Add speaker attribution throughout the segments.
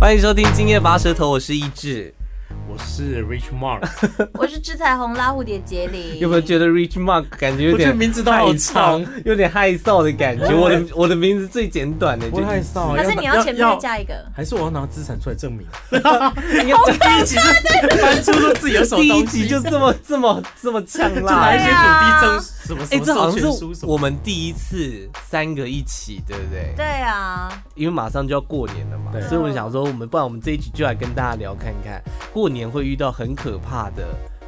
Speaker 1: 欢迎收听《今夜拔舌头》，我是一志。
Speaker 2: 我是 Rich Mark，
Speaker 3: 我是吃彩虹拉蝴蝶结里，
Speaker 1: 有没有 觉得 Rich Mark 感觉有
Speaker 2: 我觉
Speaker 1: 点
Speaker 2: 得名字都好
Speaker 1: 害臊，有点害臊的感觉？我的我的名字最简短的，
Speaker 2: 不
Speaker 1: 就
Speaker 2: 太
Speaker 1: 是
Speaker 2: 少。
Speaker 3: 还是你要前面再加一个？
Speaker 2: 还是我要拿资产出来证明？
Speaker 1: 应该
Speaker 2: 第一集就翻出说自己有什
Speaker 1: 啊
Speaker 2: 么
Speaker 1: 第一
Speaker 2: 东
Speaker 1: 集
Speaker 2: 西，
Speaker 1: 就这么这么这么呛
Speaker 2: 就
Speaker 1: 辣
Speaker 2: 拿一些。
Speaker 3: 对啊
Speaker 2: 土地证什么
Speaker 1: 哎、
Speaker 2: 什么
Speaker 1: 这好
Speaker 2: 授权
Speaker 1: 像
Speaker 2: 书
Speaker 1: 是
Speaker 2: 什
Speaker 1: 我
Speaker 2: 么。
Speaker 1: 们第一次三个一起，对不对？
Speaker 3: 对啊，
Speaker 1: 因为马上就要过年了嘛
Speaker 2: 对，
Speaker 1: 所以我想说，我们不然我们这一集就来跟大家聊看看，过年会遇到很可怕的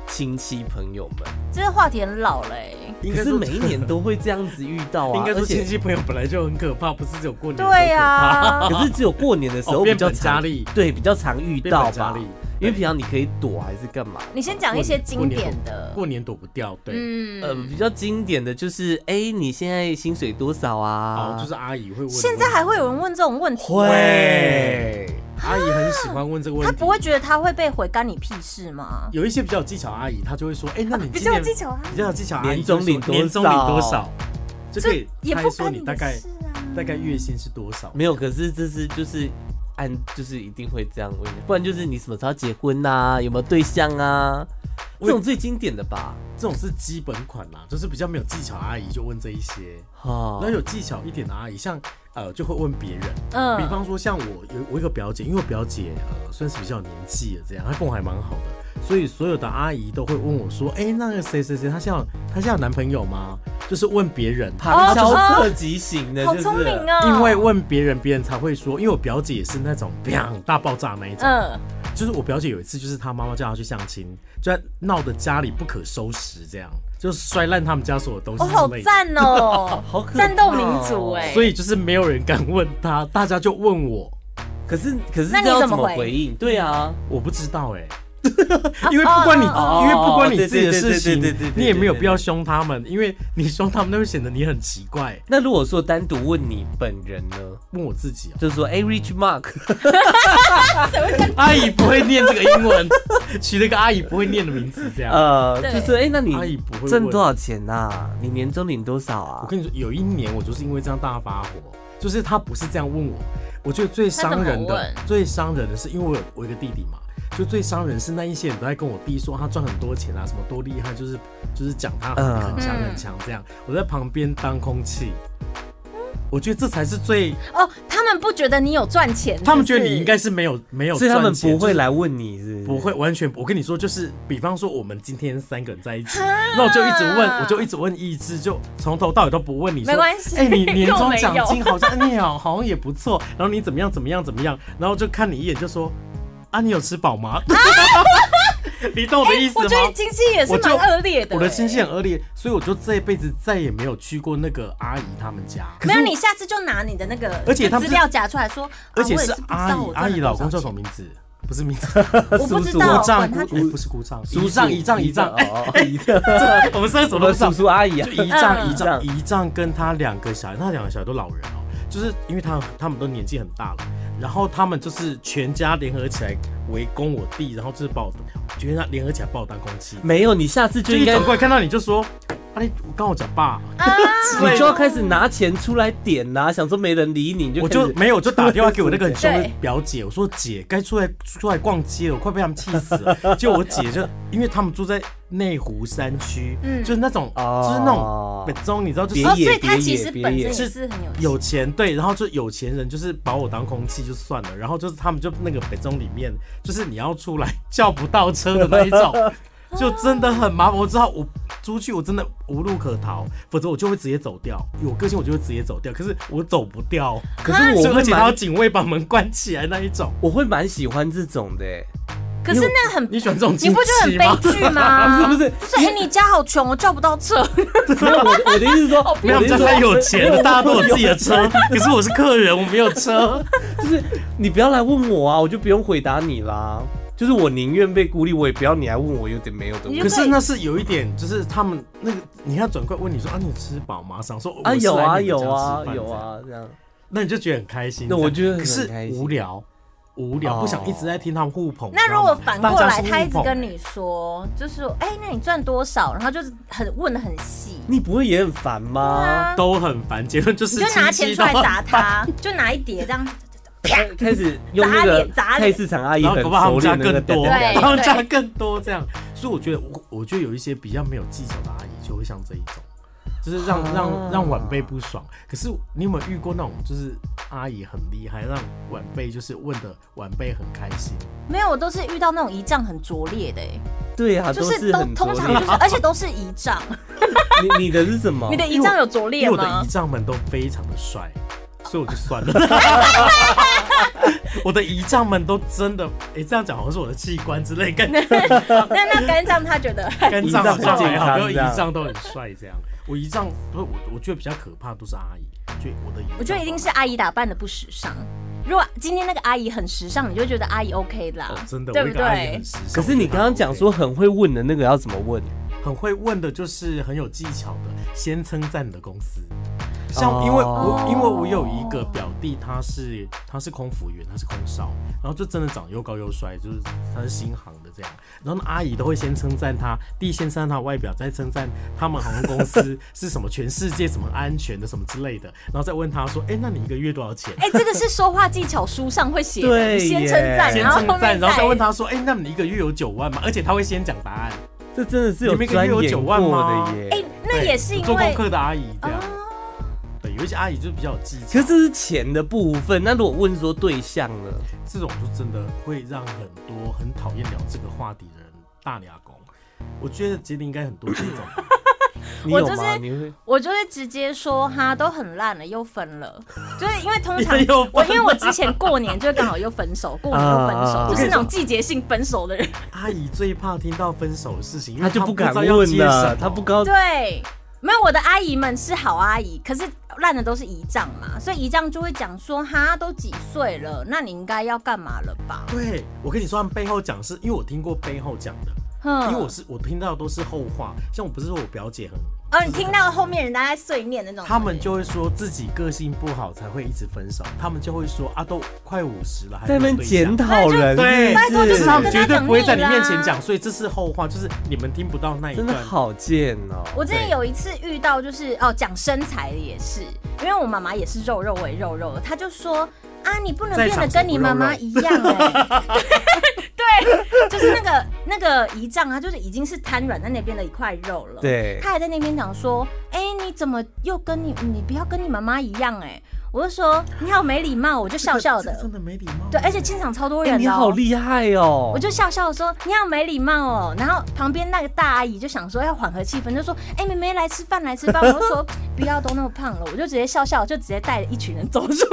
Speaker 1: 亲戚朋友们。
Speaker 3: 这个话题很老了哎、
Speaker 2: 应
Speaker 1: 可
Speaker 2: 该
Speaker 1: 是
Speaker 2: 说
Speaker 1: 每一年都会这样子遇到 啊，
Speaker 2: 应该
Speaker 1: 而
Speaker 2: 说
Speaker 1: 且
Speaker 2: 亲戚朋友本来就很可怕，不是只有过年的时候可怕。
Speaker 3: 对啊，
Speaker 1: 可是只有过年的时候
Speaker 2: 哦
Speaker 1: 比较
Speaker 2: 变本
Speaker 1: 常
Speaker 2: 加厉
Speaker 1: 对，比较常遇
Speaker 2: 变本
Speaker 1: 到
Speaker 2: 加
Speaker 1: 吧
Speaker 2: 厉，，
Speaker 1: 因为
Speaker 2: 对
Speaker 1: 平常你可以躲还是干嘛？
Speaker 3: 你先讲一些经典的，
Speaker 2: 过年躲不掉，对。
Speaker 3: 嗯，
Speaker 1: 呃，比较经典的就是，哎、你现在薪水多少啊？
Speaker 2: 哦，就是阿姨会问，
Speaker 3: 现在还会有人问这种问题，
Speaker 1: 会
Speaker 2: 会，阿姨很喜欢问这个问
Speaker 3: 他
Speaker 2: 题，
Speaker 3: 不会觉得他会被回干你屁事吗？
Speaker 2: 有一些比较有技巧的阿姨，她就会说，哎，那你
Speaker 3: 比
Speaker 2: 今
Speaker 3: 较有
Speaker 2: 年
Speaker 3: 技巧啊，
Speaker 2: 比较有技巧的阿姨
Speaker 1: 年
Speaker 2: 就
Speaker 1: 终
Speaker 2: 会说，
Speaker 1: 领多
Speaker 2: 年终领多
Speaker 1: 少
Speaker 2: 少，就可以
Speaker 3: 也
Speaker 2: 猜
Speaker 3: 不
Speaker 2: 说
Speaker 3: 干
Speaker 2: 你
Speaker 3: 的
Speaker 2: 大概
Speaker 3: 事啊，
Speaker 2: 大概月薪是多少？
Speaker 1: 没有，可是这是就是按就是一定会这样问，不然就是你什么时候结婚呐、啊？有没有对象啊？
Speaker 2: 我
Speaker 1: 这种最经典的吧，
Speaker 2: 这种是基本款啦，就是比较没有技巧的阿姨就问这一些，
Speaker 1: 哦
Speaker 2: 然后，有技巧一点的阿姨，像呃就会问别人，
Speaker 3: 嗯
Speaker 2: 比方说像我有我一个表姐，因为我表姐呃算是比较有年纪了，这样她跟我还蛮好的，所以所有的阿姨都会问我说，哎、那个谁谁谁，她现在有她现在有男朋友吗？就是问别人，
Speaker 1: 旁敲
Speaker 3: 哦
Speaker 1: 侧击型的，
Speaker 3: 好
Speaker 1: 就是，
Speaker 3: 聪明哦，
Speaker 2: 因为问别人，别人才会说，因为我表姐也是那种砰大爆炸那一种，
Speaker 3: 嗯，
Speaker 2: 就是我表姐有一次，就是她妈妈叫她去相亲，就在闹得家里不可收拾，这样就是摔烂他们家所有东西
Speaker 3: 哦，好
Speaker 2: 之类的。
Speaker 3: 赞 哦
Speaker 1: 好可怕哦
Speaker 3: 战斗民族哎、
Speaker 2: 所以就是没有人敢问她，大家就问我，
Speaker 1: 可是可是
Speaker 3: 那你
Speaker 1: 这要
Speaker 3: 怎
Speaker 1: 怎
Speaker 3: 么
Speaker 1: 么
Speaker 3: 回
Speaker 1: 回应？对啊，
Speaker 2: 我不知道哎、因为不关你，
Speaker 1: 哦
Speaker 2: 因为不关你自己的
Speaker 1: 对
Speaker 2: 事
Speaker 1: 对对对对对
Speaker 2: 情
Speaker 1: 对对，对
Speaker 2: 你也没有必要凶他们，因为你凶他们，那会显得你很奇怪。
Speaker 1: 那如果说单独问你本人呢，
Speaker 2: 问我 自己哦、
Speaker 1: 就是说，哎、r i c h Mark，
Speaker 2: 阿姨不会念这个英文，取了个阿姨不会念的名字，这样。
Speaker 1: 呃，
Speaker 3: 对
Speaker 1: 就是哎、那
Speaker 2: 阿姨
Speaker 1: 你
Speaker 2: 不会问
Speaker 1: 挣多少钱呐、啊？你年终领多少
Speaker 2: 我
Speaker 1: 啊？
Speaker 2: 跟你说，有一年我就是因为这样大发火，就是他不是这样问我，我觉得最伤人
Speaker 3: 他
Speaker 2: 的
Speaker 3: 怎么，
Speaker 2: 最伤人的是因为我有我有一个弟弟嘛，就最伤人是那一些人都在跟我弟说他赚很多钱啊，什么多厉害，就是就是讲他很
Speaker 1: 嗯
Speaker 2: 很强很强这样，我在旁边当空气。
Speaker 3: 嗯
Speaker 2: 我觉得这才是最，
Speaker 3: 哦，他们不觉得你有赚钱，
Speaker 2: 他们觉
Speaker 3: 是
Speaker 2: 得
Speaker 3: 不是
Speaker 2: 你应该是没有没有
Speaker 1: 所
Speaker 2: 赚
Speaker 1: 以他
Speaker 2: 钱，
Speaker 1: 们不会
Speaker 2: 就是
Speaker 1: 来问你是不是
Speaker 2: 不会，完全不。我跟你说，就是比方说我们今天三个人在一起，那我就一直问，我就一直问意志，就从头到尾都不问你说。
Speaker 3: 没关系
Speaker 2: 哎、你年
Speaker 3: 又
Speaker 2: 终
Speaker 3: 没有
Speaker 2: 奖金好像你好好像也不错，然后你怎么样怎么样怎么样，然后就看你一眼就说，啊，你有吃饱吗？ 你懂我的意思
Speaker 3: 啊哎我
Speaker 2: 吗？
Speaker 3: 觉得亲戚也是
Speaker 2: 我就
Speaker 3: 蛮恶劣的、
Speaker 2: 我的
Speaker 3: 欸
Speaker 2: 心情很恶劣，所以我就这一辈子再也没有去过那个阿姨他们家。
Speaker 3: 没有，你下次就拿你的那个，
Speaker 2: 而且他不
Speaker 3: 资
Speaker 2: 是
Speaker 3: 料夹出来说，
Speaker 2: 而且
Speaker 3: 啊
Speaker 2: 是阿姨，阿姨老公叫什么？名字？不是名字，
Speaker 3: 我也是不知
Speaker 1: 叔叔
Speaker 3: 道我不
Speaker 2: 姑
Speaker 3: 知道，
Speaker 2: 丈
Speaker 3: 管
Speaker 2: 姑，
Speaker 3: 他。
Speaker 2: 哎不是姑丈，
Speaker 1: 叔
Speaker 2: 姨丈，姨丈，姨丈，哎，
Speaker 1: 哦，哦姨丈，
Speaker 2: 我们三个什
Speaker 1: 我
Speaker 2: 么都
Speaker 1: 们
Speaker 2: 不知道
Speaker 1: 叔叔阿姨啊
Speaker 2: 就，姨丈、
Speaker 3: 嗯
Speaker 2: 姨丈、姨丈跟他两个小孩，那两个小孩都老人哦，就是因为他他们都年纪很大了，然后他们就是全家联合起来围攻我弟，然后就是把我全家联合起来把我当空气，
Speaker 1: 没有，你下次就
Speaker 2: 就
Speaker 1: 应
Speaker 2: 一
Speaker 1: 该
Speaker 2: 转，过来看到你就说，啊你我刚我讲爸，
Speaker 1: 你就要开始拿钱出来点呐、想说没人理你，你就
Speaker 2: 我
Speaker 1: 开始
Speaker 2: 就没有，我就打电话给我那个很凶的
Speaker 3: 对
Speaker 2: 表姐，我说姐该出来出来逛街了，我快被他们气 死了。结果我姐就因为他们住在内湖山区，
Speaker 3: 嗯
Speaker 2: 就是那种
Speaker 1: 哦
Speaker 2: 就是那种本中，你知道就是
Speaker 1: 别
Speaker 3: 哦，所
Speaker 1: 野
Speaker 3: 以他
Speaker 1: 别
Speaker 3: 其
Speaker 1: 野
Speaker 3: 实
Speaker 1: 别
Speaker 3: 本身
Speaker 1: 野
Speaker 3: 也
Speaker 2: 是
Speaker 3: 是很有钱
Speaker 2: 有钱对，然后就有钱人就是把我当空气就算了，然后就是他们就那个北中里面，就是你要出来叫不到车的那一种，就真的很麻烦。我知道我出去我真的无路可逃，否则我就会直接走掉。有个性我就会直接走掉，可是我走不掉，
Speaker 1: 可是我
Speaker 2: 所以而
Speaker 1: 会
Speaker 2: 且还要
Speaker 1: 蛮，
Speaker 2: 警卫把门关起来那一种。
Speaker 1: 我会蛮喜欢这种的、 欸。
Speaker 3: 可是那很，
Speaker 2: 你喜欢这种
Speaker 3: 你不觉得很
Speaker 2: 惊奇吗
Speaker 3: 悲剧吗？
Speaker 1: 不是不是
Speaker 3: 就是哎，你家好穷，我叫不到车，
Speaker 1: 没有，我的我的意思是说，
Speaker 3: 哦
Speaker 2: 没有，
Speaker 1: 我的意思
Speaker 2: 这
Speaker 1: 是说
Speaker 2: 太有钱了，大家都有自己的车，可是我是客人，我没有车。
Speaker 1: 就是你不要来问我啊，我就不用回答你啦。就是我宁愿被孤立，我也不要你来问我有点没有的问题。
Speaker 3: 你就
Speaker 2: 可是
Speaker 3: 以
Speaker 2: 那是有一点，就是他们那个，你看转过来问你说啊，你有吃饱吗？想说哦
Speaker 1: 啊，有啊，有啊，，
Speaker 2: 我是来
Speaker 1: 有
Speaker 2: 你们家吃饭这样
Speaker 1: 啊，这样。
Speaker 2: 那你就觉得很开心。
Speaker 1: 那我觉得
Speaker 2: 可
Speaker 1: 很
Speaker 2: 是
Speaker 1: 开心
Speaker 2: 无聊，无聊，
Speaker 1: 哦
Speaker 2: 不想一直在听他们互捧。
Speaker 3: 那如果
Speaker 2: 你知道
Speaker 3: 反
Speaker 2: 吗
Speaker 3: 过
Speaker 2: 大家是
Speaker 3: 来，
Speaker 2: 互
Speaker 3: 他一直
Speaker 2: 捧
Speaker 3: 跟你说，就是说哎，那你赚多少？然后就是很问的很细，
Speaker 1: 你不会也很烦吗？
Speaker 3: 啊
Speaker 2: 欸都很烦，结论就是
Speaker 3: 你就拿
Speaker 2: 亲
Speaker 3: 钱
Speaker 2: 戚
Speaker 3: 出来
Speaker 2: 都
Speaker 3: 砸他，就拿一叠这样。
Speaker 1: 开开始用那
Speaker 3: 啊 砸
Speaker 1: 个
Speaker 3: 脸砸
Speaker 1: 菜
Speaker 3: 脸
Speaker 1: 市场阿姨
Speaker 2: 然后
Speaker 1: 很
Speaker 2: 搞不好他
Speaker 1: 熟
Speaker 2: 们
Speaker 1: 练
Speaker 2: 家
Speaker 1: 的那个
Speaker 2: 更多，
Speaker 1: 哒哒哒
Speaker 3: 对
Speaker 2: 他们家更多这样，所以我觉得我我觉得有一些比较没有技巧的阿姨就会像这一种，就是让
Speaker 1: 啊
Speaker 2: 让让晚辈不爽。可是你有没有遇过那种就是阿姨很厉害，让晚辈就是问的晚辈很开心？
Speaker 3: 没有，我都是遇到那种仪仗很拙劣的、欸，
Speaker 1: 对啊，
Speaker 3: 就
Speaker 1: 都
Speaker 3: 是
Speaker 1: 是
Speaker 3: 都
Speaker 1: 很
Speaker 3: 通
Speaker 1: 拙
Speaker 3: 常
Speaker 1: 劣
Speaker 3: 就是，而且都是仪仗。
Speaker 1: 你你的是什么？
Speaker 3: 你的仪
Speaker 2: 因为
Speaker 3: 仗
Speaker 2: 我
Speaker 3: 有拙
Speaker 2: 哦因为
Speaker 3: 劣
Speaker 2: 我的
Speaker 3: 吗
Speaker 2: 姨？丈们都非常的帅，所以我就算 了。我的姨丈们都真的，哎、这样讲好像是我的器官之类，跟
Speaker 3: 那那肝脏他觉得
Speaker 2: 跟丈好
Speaker 1: 姨丈
Speaker 2: 像还好，
Speaker 1: 不健康
Speaker 2: 因为姨丈都很帅这样。我姨丈不是我，我觉得比较可怕都是阿姨，就我的姨丈
Speaker 3: 我觉得一定是阿姨打扮的不时尚。如果今天那个阿姨很时尚，你就觉得阿姨 OK 啦，
Speaker 2: 哦真的，
Speaker 3: 对
Speaker 2: 我
Speaker 3: 不
Speaker 2: 一个阿姨
Speaker 3: 对
Speaker 2: 很？时尚
Speaker 1: 可是你刚刚讲说很会问的那个要怎么问？
Speaker 2: 很会问的，就是很有技巧的，先称赞你的公司。像因为我、
Speaker 1: 哦
Speaker 2: 因为我有一个表弟，他是他是空服员，他是空少，然后就真的长得又高又帅，就是他是新航的这样。然后那阿姨都会先称赞他，第一先称赞他的外表，再称赞他们航空公司是什么全世界什么安全的什么之类的，然后再问他说，哎、那你一个月多少钱？
Speaker 3: 哎、这个是说话技巧书上会写的，
Speaker 1: 对
Speaker 3: 你先
Speaker 1: 耶
Speaker 3: 称赞，
Speaker 2: 先
Speaker 3: 然后
Speaker 2: 称
Speaker 3: 后
Speaker 2: 赞，
Speaker 3: 面
Speaker 2: 然后再问他说：“哎、那你一个月有九万吗？”而且他会先讲答案。
Speaker 1: 这真的是有
Speaker 2: 你们一个
Speaker 1: 钻
Speaker 2: 月有
Speaker 1: 研
Speaker 2: 9万
Speaker 1: 过
Speaker 2: 吗
Speaker 1: 的耶。
Speaker 3: 哎、那
Speaker 2: 对
Speaker 3: 也是因
Speaker 2: 做功
Speaker 3: 为
Speaker 2: 课的阿姨这样。
Speaker 3: 哦
Speaker 2: 对，有一些阿姨就是比较有技巧。
Speaker 1: 可是这是钱的部分，那如果问说对象呢？
Speaker 2: 这种就真的会让很多很讨厌聊这个话题的人大牙工。我觉得杰林应该很多这种，
Speaker 1: 你
Speaker 3: 我
Speaker 1: 有
Speaker 3: 就是
Speaker 1: 吗？你会
Speaker 3: 我就会直接说哈，都很烂了，又分 了，就是因为通常
Speaker 2: 又分了
Speaker 3: 我因为我之前过年就刚好又分手，过年又分手，
Speaker 1: 啊
Speaker 3: 就是那种季节性分手的人，
Speaker 2: 阿姨最怕听到分手的事情，因为
Speaker 1: 他就
Speaker 2: 她
Speaker 1: 不
Speaker 2: 不
Speaker 1: 敢
Speaker 2: 知道要
Speaker 1: 问
Speaker 2: 接什
Speaker 1: 了，
Speaker 2: 么
Speaker 1: 他不
Speaker 3: 哦
Speaker 1: 高
Speaker 3: 对。啊没有，我的阿姨们是好阿姨，可是烂的都是姨丈嘛，所以姨丈就会讲说，哈，都几岁了，那你应该要干嘛了吧？
Speaker 2: 对，我跟你说，他们背后讲是因为我听过背后讲的，
Speaker 1: 嗯
Speaker 3: 哼
Speaker 2: 因为我是我听到的都是后话，像我不是说我表姐很
Speaker 3: 哦，
Speaker 1: 嗯
Speaker 3: 你听到后面人家在碎念那种，
Speaker 2: 他们就会说自己个性不好才会一直分手，他们就会说啊，都快五十了，还
Speaker 1: 在那
Speaker 2: 没有
Speaker 1: 边
Speaker 2: 对象
Speaker 1: 检讨人，是
Speaker 2: 对
Speaker 1: 不
Speaker 3: 就是
Speaker 2: 这
Speaker 3: 是
Speaker 2: 是
Speaker 3: 他
Speaker 2: 他
Speaker 3: 们
Speaker 2: 们
Speaker 3: 跟
Speaker 2: 绝对不会在你
Speaker 3: 讲腻
Speaker 2: 面
Speaker 3: 啦
Speaker 2: 前讲，所以这是后话，就是你们听不到那一
Speaker 1: 真
Speaker 2: 段
Speaker 1: 的。好贱哦。
Speaker 3: 我之前
Speaker 2: 对
Speaker 3: 有一次遇到，就是哦讲身材的也是，因为我妈妈也是肉肉为肉肉的，她就说啊，你不能
Speaker 2: 在
Speaker 3: 变得
Speaker 2: 场
Speaker 3: 跟
Speaker 2: 不
Speaker 3: 你
Speaker 2: 肉
Speaker 3: 妈妈
Speaker 2: 肉
Speaker 3: 一样哎、 对，就是那个那个姨丈啊，就是已经是瘫软在那边的一块肉了，，
Speaker 1: 对，
Speaker 3: 她还在那边讲说，哎、你怎么又跟你你不要跟你妈妈一样哎、我就说你好没礼貌，我就笑笑
Speaker 2: 这个
Speaker 3: 的
Speaker 2: 真，的没礼貌。
Speaker 3: 对，而且现场超多
Speaker 1: 哎
Speaker 3: 人
Speaker 1: 你
Speaker 3: 的、哦
Speaker 1: 好厉害哦。
Speaker 3: 我就笑笑地说：“你好没礼貌哦。”然后旁边那个大阿姨就想说要缓和气氛，就说：“哎、妹妹来吃饭，来吃 饭。”我就说：“不要都那么胖了。”我就直接笑笑，就直接带着一群人走出去。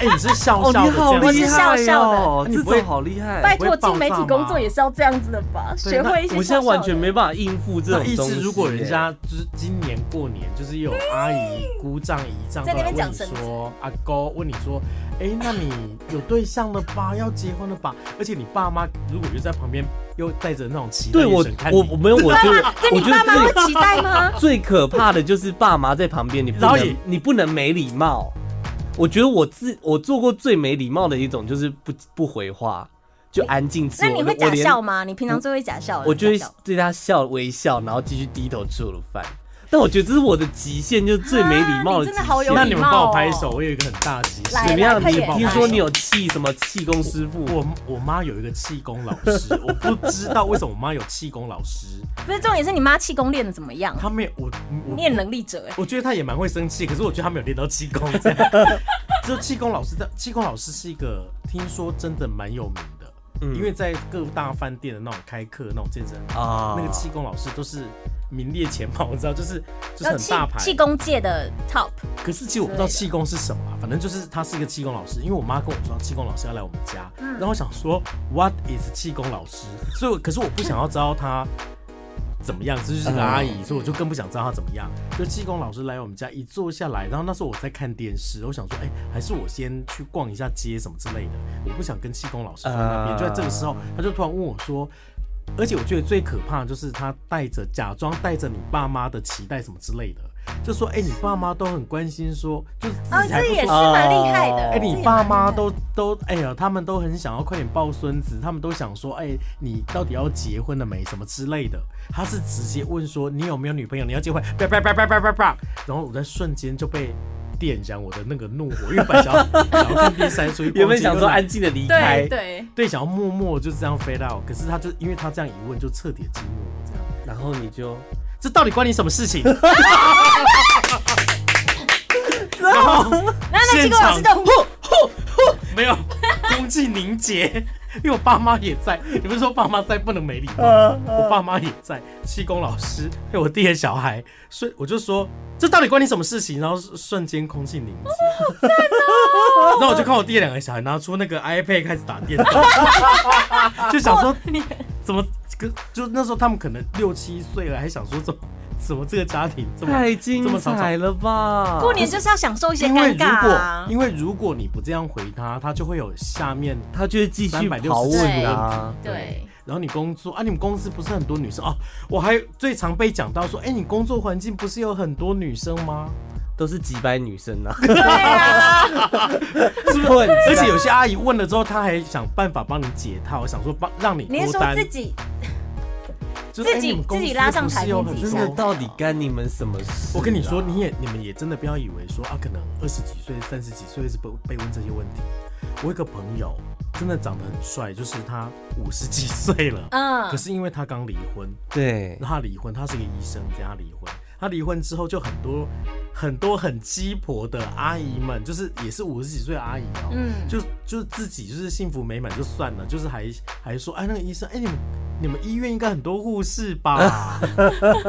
Speaker 2: 哎，你是笑
Speaker 1: 哦，
Speaker 2: 笑
Speaker 1: 你
Speaker 2: 的
Speaker 1: 好
Speaker 2: 这样
Speaker 1: 厉
Speaker 2: 子，
Speaker 1: 害哦，
Speaker 2: 你
Speaker 1: 这
Speaker 2: 不会
Speaker 1: 种好厉害。
Speaker 3: 拜
Speaker 2: 不
Speaker 3: 托，
Speaker 2: 会爆
Speaker 3: 进媒体
Speaker 2: 炸
Speaker 3: 工
Speaker 2: 吗
Speaker 3: 作也是要这样子的吧？
Speaker 2: 对
Speaker 3: 学
Speaker 2: 那
Speaker 3: 会一些
Speaker 1: 我现在
Speaker 3: 笑笑
Speaker 1: 完全
Speaker 3: 的
Speaker 1: 没办法应付这
Speaker 2: 那
Speaker 1: 种
Speaker 2: 意
Speaker 1: 东西
Speaker 2: 思
Speaker 1: 耶。
Speaker 2: 如果人家就是今年过年，就是有阿姨、姑丈、姨丈
Speaker 3: 嗯在那
Speaker 2: 都来问
Speaker 3: 边讲
Speaker 2: 你
Speaker 3: 绳子
Speaker 2: 说，阿公问你说，哎，那你有对象了吧？要结婚了吧？而且你爸妈如果就在旁边，又带着那种期待
Speaker 1: 对
Speaker 2: 眼
Speaker 1: 我
Speaker 2: 神看
Speaker 1: 我
Speaker 2: 你
Speaker 1: 我没有，我觉得
Speaker 3: 跟
Speaker 1: 我
Speaker 3: 你
Speaker 1: 觉
Speaker 3: 爸妈
Speaker 1: 得
Speaker 3: 会期待吗？
Speaker 1: 最最可怕的就是爸妈在旁边，你不
Speaker 2: 然后
Speaker 1: 能
Speaker 2: 也
Speaker 1: 你不能没礼貌。我觉得我自我做过最没礼貌的一种就是不不回话，就安静吃。
Speaker 3: 那你
Speaker 1: 我
Speaker 3: 会
Speaker 1: 我
Speaker 3: 假
Speaker 1: 连
Speaker 3: 笑吗？你平常最会假笑了。
Speaker 1: 我就会
Speaker 3: 假笑
Speaker 1: 对他笑微笑，然后继续低头吃我的饭。但我觉得这是我的极限，就是最没礼貌
Speaker 3: 啊你
Speaker 1: 极
Speaker 3: 真的
Speaker 1: 限。
Speaker 3: 好有
Speaker 2: 那
Speaker 3: 礼
Speaker 2: 你们
Speaker 3: 貌
Speaker 2: 帮
Speaker 3: 哦
Speaker 2: 我拍手，我有一个很大的急事。
Speaker 3: 来啊
Speaker 1: 怎么样？
Speaker 3: 快
Speaker 1: 你
Speaker 3: 点
Speaker 1: 听说
Speaker 3: 来
Speaker 1: 你有气什么气功师傅？
Speaker 2: 我我妈有一个气功老师，我不知道为什么我妈有气功老师，
Speaker 3: 不是重点是你妈气功练的怎么样？
Speaker 2: 她没有我我
Speaker 3: 你也能力者哎、
Speaker 2: 我觉得她也蛮会生气，可是我觉得她没有练到气功 这样。就气功老师在气功老师是一个听说真的蛮有名的，
Speaker 1: 嗯
Speaker 2: 因为在各大饭店的那种开课那种健身，
Speaker 1: 啊
Speaker 2: 那个气功老师都是名列前茅，你知道，就是就是
Speaker 3: 要
Speaker 2: 很
Speaker 3: 气
Speaker 2: 大牌。
Speaker 3: 气功界的 top，
Speaker 2: 可是其实我不知道气功是什么啊，反正就是他是一个气功老师，因为我妈跟我说气功老师要来我们家，然后我想说 What is 气功老师？所以我可是我不想要知道他怎么样，这就是个阿姨，所以我就更不想知道他怎么样。就气功老师来我们家一坐下来，然后那时候我在看电视，我想说，哎、还是我先去逛一下街什么之类的，我不想跟气功老师坐在那边。
Speaker 1: 啊
Speaker 2: 就在这个时候，他就突然问我说。而且我觉得最可怕的就是他带着假装带着你爸妈的期待什么之类的，就说哎、你爸妈都很关心说，就是
Speaker 3: 啊，
Speaker 2: 自己还
Speaker 3: 这
Speaker 2: 不
Speaker 3: 也是
Speaker 2: 说
Speaker 3: 蛮厉害的。
Speaker 1: 哦
Speaker 2: 哎、
Speaker 3: 这也
Speaker 2: 你
Speaker 3: 蛮
Speaker 2: 爸
Speaker 3: 厉
Speaker 2: 妈
Speaker 3: 害
Speaker 2: 都都哎呀，他们都很想要快点抱孙子，他们都想说，哎、你到底要结婚了没？什么之类的。他是直接问说，你有没有女朋友？你要结婚？叭叭叭叭叭叭叭。然后我在瞬间就被电燃我的那个怒火，因为本来想要想要跟 B 三出去逛街，
Speaker 1: 原本想说
Speaker 2: 又懒
Speaker 1: 安静的离开
Speaker 3: 对，对，
Speaker 2: 对，想要默默就这样飞到，可是他就因为他这样一问，就彻底寂寞。这样，
Speaker 1: 然后你就
Speaker 2: 这到底关你什么事 情？ 然后
Speaker 3: 那那结果老师 就
Speaker 2: 呼呼呼，没有，空气凝结。因为我爸妈也在，你不是说爸妈在不能没礼貌
Speaker 1: 嗯
Speaker 2: 吗？我爸妈也在，气功老师还有我弟的小孩，所以我就说这到底关你什么事情？然后瞬间空气凝
Speaker 3: 哦
Speaker 2: 结， 然后我就看我弟的两个小孩拿出那个 iPad 开始打电动， 就想说怎么可就那时候他们可能六七岁了，还想说怎么怎么这个家庭这么
Speaker 1: 太
Speaker 2: 这
Speaker 1: 精
Speaker 2: 么吵吵
Speaker 1: 彩了吧！
Speaker 3: 过年就是要享受一些
Speaker 2: 因为
Speaker 3: 尴
Speaker 2: 如
Speaker 3: 尬
Speaker 2: 果
Speaker 3: 啊。
Speaker 2: 因为如果你不这样回他，他就会有下面，
Speaker 1: 他就会继续
Speaker 2: 360
Speaker 1: 刨问啊，
Speaker 3: 对，
Speaker 2: 然后你工作啊，你们公司不是很多女生哦？我还最常被讲到说，哎、你工作环境不是有很多女生吗？
Speaker 1: 都是几百女生啊，
Speaker 3: 对啊，
Speaker 1: 是不是？
Speaker 2: 而且有些阿姨问了之后，她还想办法帮你解套，想说帮让你
Speaker 3: 你是
Speaker 2: 脱
Speaker 3: 说
Speaker 2: 单
Speaker 3: 自，己
Speaker 2: 就是
Speaker 3: 自己
Speaker 2: 哎你们公司
Speaker 3: 自己拉上台
Speaker 2: 不是有
Speaker 3: 面
Speaker 2: 很
Speaker 3: 自己
Speaker 1: 真的
Speaker 2: 多
Speaker 1: 到底干你们什么事、啊
Speaker 2: 我跟你说，你也你们也真的不要以为说啊，可能二十几岁、三十几岁是被被问这些问题。我有一个朋友真的长得很帅，就是他五十几岁了，
Speaker 3: 嗯
Speaker 2: 可是因为他刚离婚，
Speaker 1: 对，
Speaker 2: 他离婚，他是个医生，这样他离婚。他离婚之后，就很多很多很鸡婆的阿姨们，就是也是五十几岁的阿姨哦、
Speaker 3: 嗯
Speaker 2: 就就是自己就是幸福美满就算了，就是还还说，哎，那个医生，哎，你们你们医院应该很多护士吧？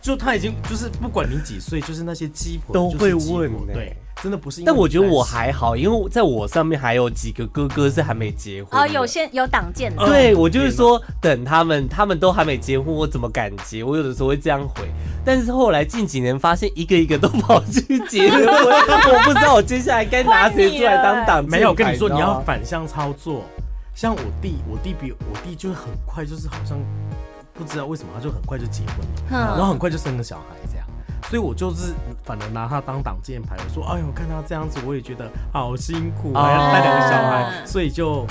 Speaker 2: 就他已经就是不管你几岁，就是那些鸡婆
Speaker 1: 都会
Speaker 2: 就是鸡婆
Speaker 1: 问欸
Speaker 2: 对，真的不是因为
Speaker 1: 但
Speaker 2: 你
Speaker 1: 我觉得
Speaker 2: 单
Speaker 1: 我
Speaker 2: 身
Speaker 1: 还好，因为在我上面还有几个哥哥是还没结婚的
Speaker 3: 哦，有些有党建的，
Speaker 1: 对我就是说，等他们，他们都还没结婚，我怎么敢结？我有的时候会这样回，但是后来近几年发现，一个一个都跑去结婚， 我不知道我接下来该拿谁出来
Speaker 3: 啊
Speaker 1: 当挡箭牌。
Speaker 2: 没有，我跟你说，你
Speaker 1: 知道
Speaker 2: 要
Speaker 1: 吗
Speaker 2: 反向操作。像我弟，我弟比我弟就是很快，就是好像不知道为什么他就很快就结婚了，
Speaker 3: 嗯
Speaker 2: 然后很快就生了小孩这样。所以我就是反而拿他当挡箭牌，我说：“哎呦，看他这样子，我也觉得好辛苦，
Speaker 1: 哦
Speaker 2: 还要带两个小孩，
Speaker 3: 嗯
Speaker 2: 所以就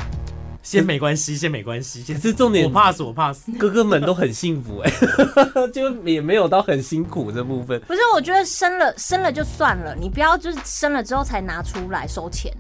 Speaker 2: 先没关系，先没关系。先
Speaker 1: 嗯可是重点
Speaker 2: 我怕死，我怕死。
Speaker 1: 哥哥们都很幸福哎、 就也没有到很辛苦这部分。
Speaker 3: 不是，我觉得生了生了就算了，你不要就是生了之后才拿出来收钱。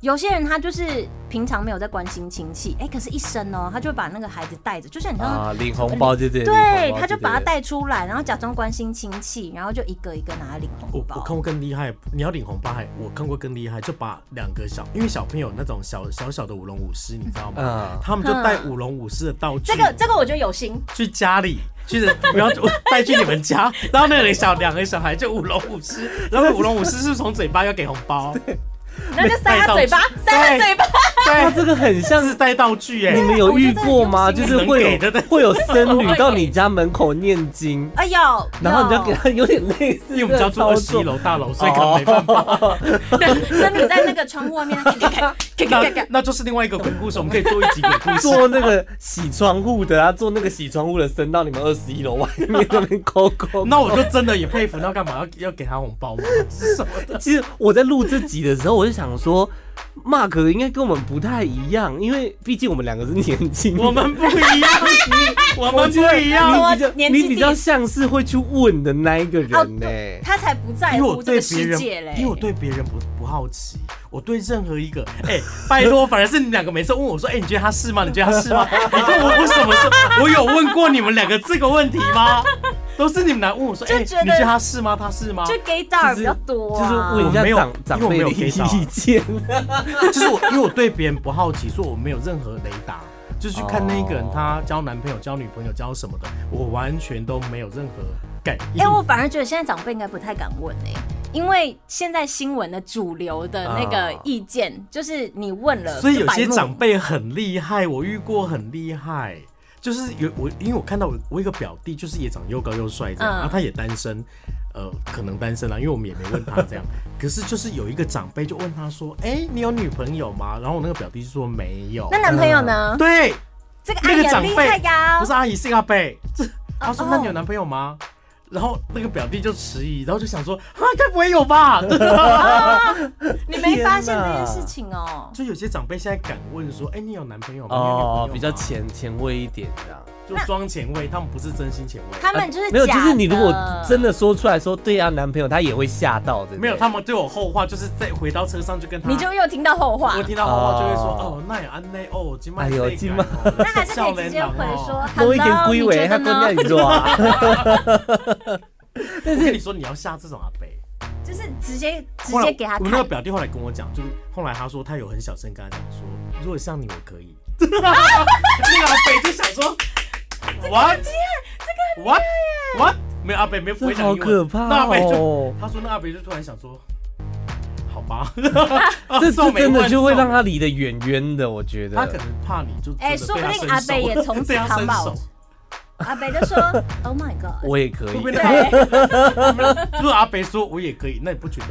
Speaker 3: 有些人他就是平常没有在关心亲戚，哎、可是一生哦，他就把那个孩子带着，就像你刚刚、
Speaker 1: 啊，领红包就这，领红
Speaker 3: 对，
Speaker 1: 包
Speaker 3: 他就
Speaker 1: 这
Speaker 3: 把他带出来，然后假装关心亲戚，然后就一个一个拿来领
Speaker 2: 我
Speaker 3: 红
Speaker 2: 哦我
Speaker 3: 包
Speaker 2: 看。过更厉害，你要领红包还我看过更厉害，就把两个小，因为小朋友那种小小小的舞龙舞狮，你知道吗？
Speaker 1: 嗯
Speaker 2: 他们就带舞龙舞狮的道具，
Speaker 3: 这个这个我觉得有心，
Speaker 2: 去家里，去不要带去你们家，然后那个小两个小孩就舞龙舞狮，然后舞龙舞狮是从嘴巴要给红包，对，
Speaker 3: 然后就塞他嘴巴，
Speaker 2: 对
Speaker 3: 塞他嘴巴，
Speaker 1: 他这个很像
Speaker 2: 是带道具哎、
Speaker 1: 你们有遇过吗？
Speaker 3: 我觉
Speaker 1: 就
Speaker 3: 得
Speaker 1: 是会
Speaker 2: 能给
Speaker 1: 有
Speaker 2: 的
Speaker 1: 会有僧侣到你家门口念经，
Speaker 3: 哎呦，
Speaker 1: 然后你就要给
Speaker 3: 有
Speaker 1: 他 有点类似
Speaker 2: 因为我们家
Speaker 1: 这
Speaker 2: 住
Speaker 1: 操
Speaker 2: 二十一
Speaker 1: 作。
Speaker 2: 楼大楼，所以可能没办法。
Speaker 3: 生女在那个窗户外面， 咔咔咔咔咔咔
Speaker 2: 那
Speaker 3: 咔，
Speaker 2: 那就是另外一个鬼故事，我们可以做一集鬼 故事。
Speaker 1: 做那个洗窗户的啊，做那个洗窗户的升到你们二十一楼外面那边抠 抠。
Speaker 2: 那我就真的也佩服，那干嘛要要给他红包吗？是什么？
Speaker 1: 其实我在录这集的时候，我就想说，Mark 应该跟我们不太一样，因为毕竟我们两个是年轻人。
Speaker 2: 我们不一样，我们不一样。
Speaker 1: 你
Speaker 3: 我
Speaker 1: 比较
Speaker 3: 年纪
Speaker 1: 你比较像是会去问的那一个人
Speaker 3: 哦
Speaker 1: 呢、
Speaker 3: 他才不在
Speaker 2: 因为我
Speaker 3: 乎这
Speaker 2: 对
Speaker 3: 个
Speaker 2: 别
Speaker 3: 世界嘞
Speaker 2: 人，。因为我对别人不不好奇，我对任何一个，哎、拜托，反而是你们两个每次问我说，哎、你觉得他是吗？你觉得他是吗？你问我我什么时候，我有问过你们两个这个问题吗？都是你们来问我说，哎、
Speaker 3: 就觉得
Speaker 2: 你觉得他是吗？他是吗？
Speaker 3: 就 gay 大比较多、
Speaker 1: 就是
Speaker 3: 啊，
Speaker 1: 问一
Speaker 2: 我
Speaker 1: 下
Speaker 2: 没有
Speaker 1: 长
Speaker 2: 因为
Speaker 1: 长
Speaker 2: 我没
Speaker 1: 辈
Speaker 2: 有
Speaker 1: 的
Speaker 2: get 到啊
Speaker 1: 意见。
Speaker 2: 就是我，因为我对别人不好奇，所以我没有任何雷达。就是去看那一个人
Speaker 1: 哦，
Speaker 2: 他交男朋友、交女朋友、交什么的，我完全都没有任何感应。
Speaker 3: 哎、我反而觉得现在长辈应该不太敢问哎、因为现在新闻的主流的那个
Speaker 1: 啊
Speaker 3: 意见、就是你问了，
Speaker 2: 所以有些长，辈很厉害，我遇过很厉害，就是有我，因为我看到我我一个表弟，就是也长又高又帅这样，
Speaker 3: 嗯
Speaker 2: 然后他也单身，呃，可能单身啦，因为我们也没问他 这样。可是就是有一个长辈就问他说：“哎、你有女朋友吗？”然后我那个表弟就说没有
Speaker 3: 那。男朋友呢？
Speaker 2: 对，
Speaker 3: 这个阿
Speaker 2: 那个
Speaker 3: 姨很
Speaker 2: 长
Speaker 3: 厉害
Speaker 2: 辈
Speaker 3: 呀、
Speaker 2: 不是阿姨是阿贝，这 他说
Speaker 3: 哦：“
Speaker 2: 那你有男朋友吗？”然后那个表弟就迟疑，然后就想说：“啊，该不会有吧？”
Speaker 3: 你没发
Speaker 1: 天
Speaker 3: 现这
Speaker 1: 哪
Speaker 3: 件事情哦、
Speaker 2: 就有些长辈现在敢问说：“哎、你有男朋友吗？”你有女朋友
Speaker 1: 哦，
Speaker 2: 吗
Speaker 1: 比较前前卫一点这样。
Speaker 2: 就装前卫，他们不是真心前卫。
Speaker 3: 他们就是
Speaker 1: 啊没有，就
Speaker 3: 假
Speaker 1: 是你如果
Speaker 3: 的
Speaker 1: 真的说出来说对啊，男朋友他也会吓到的。
Speaker 2: 没有，他们对我后话，就是在回到车上就跟他，
Speaker 3: 你就又听到后话
Speaker 2: 我，听到后话就会说，
Speaker 1: 哦
Speaker 2: 哦，那也安内哦，今晚
Speaker 1: 哎呦今晚
Speaker 2: 哦
Speaker 3: 那还是可以直接回说。
Speaker 1: 多一点
Speaker 3: “Hello，
Speaker 1: 归
Speaker 3: 你
Speaker 1: 为
Speaker 3: 觉
Speaker 1: 他
Speaker 3: 得
Speaker 1: 蹲在
Speaker 3: 呢？
Speaker 1: 你做啊。
Speaker 2: 但是你说你要下这种阿北，
Speaker 3: 就是直接直
Speaker 2: 后来
Speaker 3: 接给他
Speaker 2: 我那个
Speaker 3: 看，
Speaker 2: 表弟后来跟我讲，就是后来他说他有很小声跟他讲说，如果像你我可以。那个阿北就想 说，what？这个 what what？没有阿北没有不会讲英文，
Speaker 1: 这好可怕
Speaker 2: 那阿北
Speaker 1: 哦
Speaker 2: 就他说那阿北就突然想说，好 吧，
Speaker 1: 这
Speaker 2: 皱
Speaker 1: 这
Speaker 2: 眉
Speaker 1: 真的
Speaker 2: 问
Speaker 1: 就会
Speaker 2: 皱
Speaker 1: 让他离得远远的，我觉得。
Speaker 2: 他可能怕你就
Speaker 3: 哎
Speaker 2: 真
Speaker 3: 说
Speaker 2: 的
Speaker 3: 不
Speaker 2: 对他伸
Speaker 3: 定阿北
Speaker 2: 手
Speaker 3: 也从此
Speaker 2: 对他
Speaker 3: come
Speaker 2: 伸
Speaker 3: out
Speaker 2: 手
Speaker 3: 阿北就说 “Oh my god”。
Speaker 1: 我也可
Speaker 2: 会不
Speaker 1: 以
Speaker 2: 会，
Speaker 3: 对，
Speaker 2: 如果阿北说我也可以，那你不觉得？